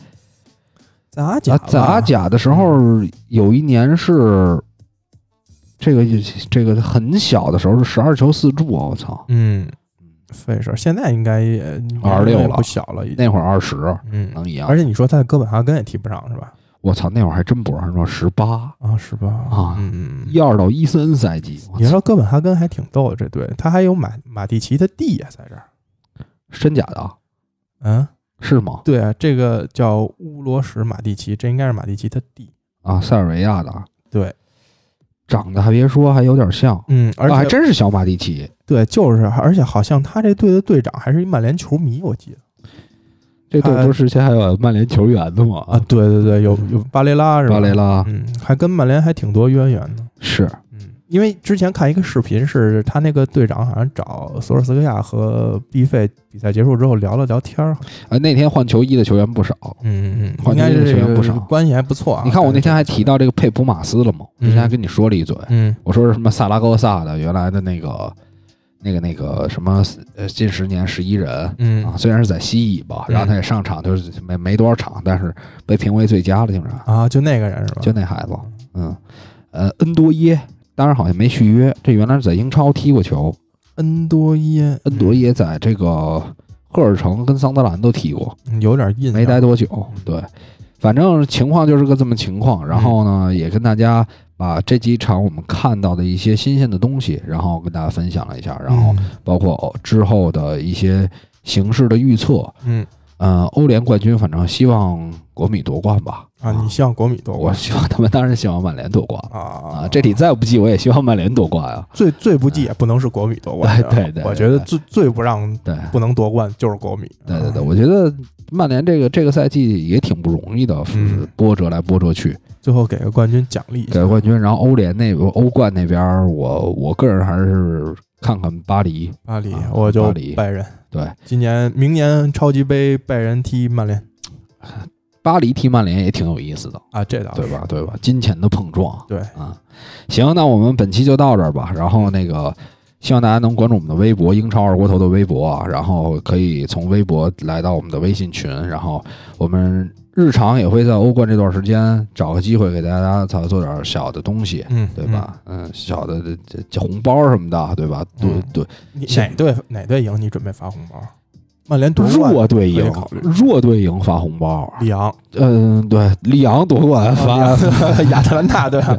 在阿甲啊在阿甲的时候，有一年是这个这个很小的时候是十二球四助啊，我操，嗯，费事儿现在应该也26了不小了，已经。那会儿二十嗯，能一样而？且你说他在哥本哈根也踢不上是吧？我操，那会儿还真不让说十八啊，是吧？啊嗯嗯。一二到一三赛季，我你操说哥本哈根还挺逗的，这队他还有马马蒂奇的弟呀，在这儿。真假的啊？嗯，是吗？对啊，这个叫乌罗什马蒂奇，这应该是马蒂奇他弟。啊，塞尔维亚的啊，对，长得还别说，还有点像，嗯，而啊还且真是小马蒂奇。对，就是，而且好像他这队的队长还是一曼联球迷，我记得这队不是之前还有曼联球员的吗？啊，，对对对，有有巴雷拉是吧？巴雷，拉嗯，还跟曼联还挺多渊源的，是嗯，因为之前看一个视频，是他那个队长好像找索尔斯克亚和 B 费比赛结束之后聊了聊天儿，啊，那天换球衣的球员不少。嗯好应该是这个这球员个不少关系还不错啊。你看我那天还提，到这个佩普马斯了吗？那嗯天还跟你说了一嘴，嗯我说是什么萨拉戈萨的原来的那个那个那个什么呃近十年十一人嗯啊，虽然是在西乙吧，嗯然后他也上场就是没没多少场，但是被评为最佳了，竟然啊，就那个人是吧？就那孩子，嗯，呃，恩多耶，当然好像没续约，这原来是在英超踢过球，恩多耶，恩多耶在这个赫尔城跟桑德兰都踢过，有点印象没待多久。嗯对，反正情况就是个这么情况。然后嗯呢，也跟大家把这几场我们看到的一些新鲜的东西，然后跟大家分享了一下，然嗯后包括之后的一些形势的预测。嗯嗯，欧联冠军，反正希望国米夺冠吧。啊，你希望国米夺我冠希望他们当然希望曼联夺冠了啊啊！这里再不济，我也希望曼联夺冠啊！最最不济也不能是国米夺冠的，对对对我觉得对最最不让对，不能夺冠就是国米，啊对对对，我觉得曼联这个这个赛季也挺不容易的，嗯波折来波折去，最后给个冠军奖励一下，给了冠军。然后欧联那欧冠那边儿，我我个人还是看看巴黎，巴黎啊，我巴就黎拜仁，对，今年明年超级杯拜仁踢曼联巴黎踢曼联也挺有意思的，啊，这倒是对吧？对吧？金钱的碰撞，对，啊，行，那我们本期就到这儿吧。然后那个，希望大家能关注我们的微博“英超二锅头”的微博啊，然后可以从微博来到我们的微信群，然后我们日常也会在欧冠这段时间找个机会给大家操做点小的东西。嗯，对吧？嗯，小的这这红包什么的，对吧？对嗯对，嗯？你现哪队哪队赢你准备发红包？曼联夺冠，弱队可赢以考虑，弱队赢发红包。里昂啊嗯，对，里昂夺冠 发， 亚特兰大队，啊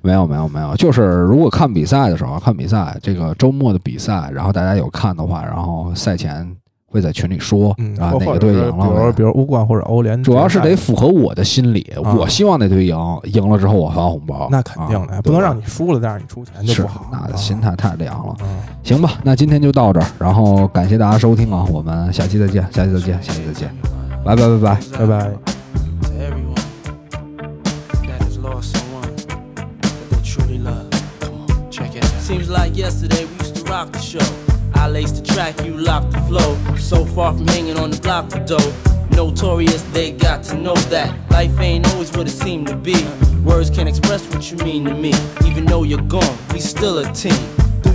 没有没有没有，就是如果看比赛的时候，看比赛这个周末的比赛，然后大家有看的话，然后赛前会在群里说嗯，啊或哪或个者队赢是比如了。比如欧冠或者欧联，主要是得符合我的心理，啊我希望那队赢，赢了之后我发红包，那肯定的，啊不能对让你输了再让你出钱就是不好，那啊心态太凉了。嗯。行吧，那今天就到这儿，然后感谢大家收听啊，我们下期再见，下期再见，下期再见，拜拜拜拜。拜啊拜。 to everyone that has lost someone that they truly love. Come on, check it out. Seems like yesterday we used to rock the show. I laced the track, you locked the flow. So far from hanging on the block for dough. Notorious, they got to know that life ain't always what it seemed to be. Words can't express what you mean to me. Even though you're gone, we still a team. Through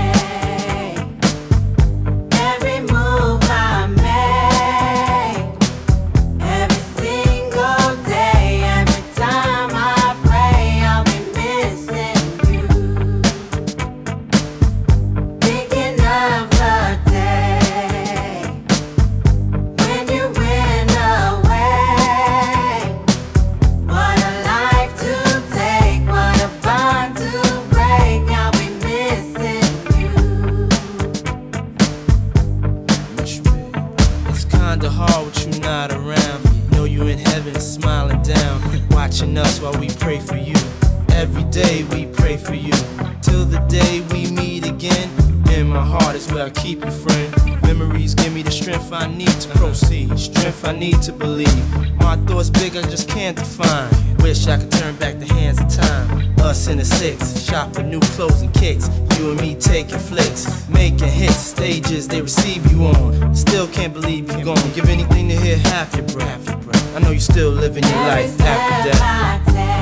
Every move I make, every single day, every time I pray, I'll be missing you. Thinking of the day when you went away. What a life to take, what a bond to break. I'll be missing you. with you, babe. It's kinda hard with you not around. Know you in heaven, smiling down, watching us while we pray for you. Every day we pray for you, till the day we meet again. In my heart is where I keep you, friend. Memories give me the strength I need to proceed, strength I need to believe. My thoughts big, I just can't define. Wish I could turn back the hands of time. Us in the six, shop for new clothes and kicks. You and me taking flicks, making hits, stages they receive you on. Still can't believe you're gone. Give anything to hear half your breath. I know you still living your Every life step after death. I take,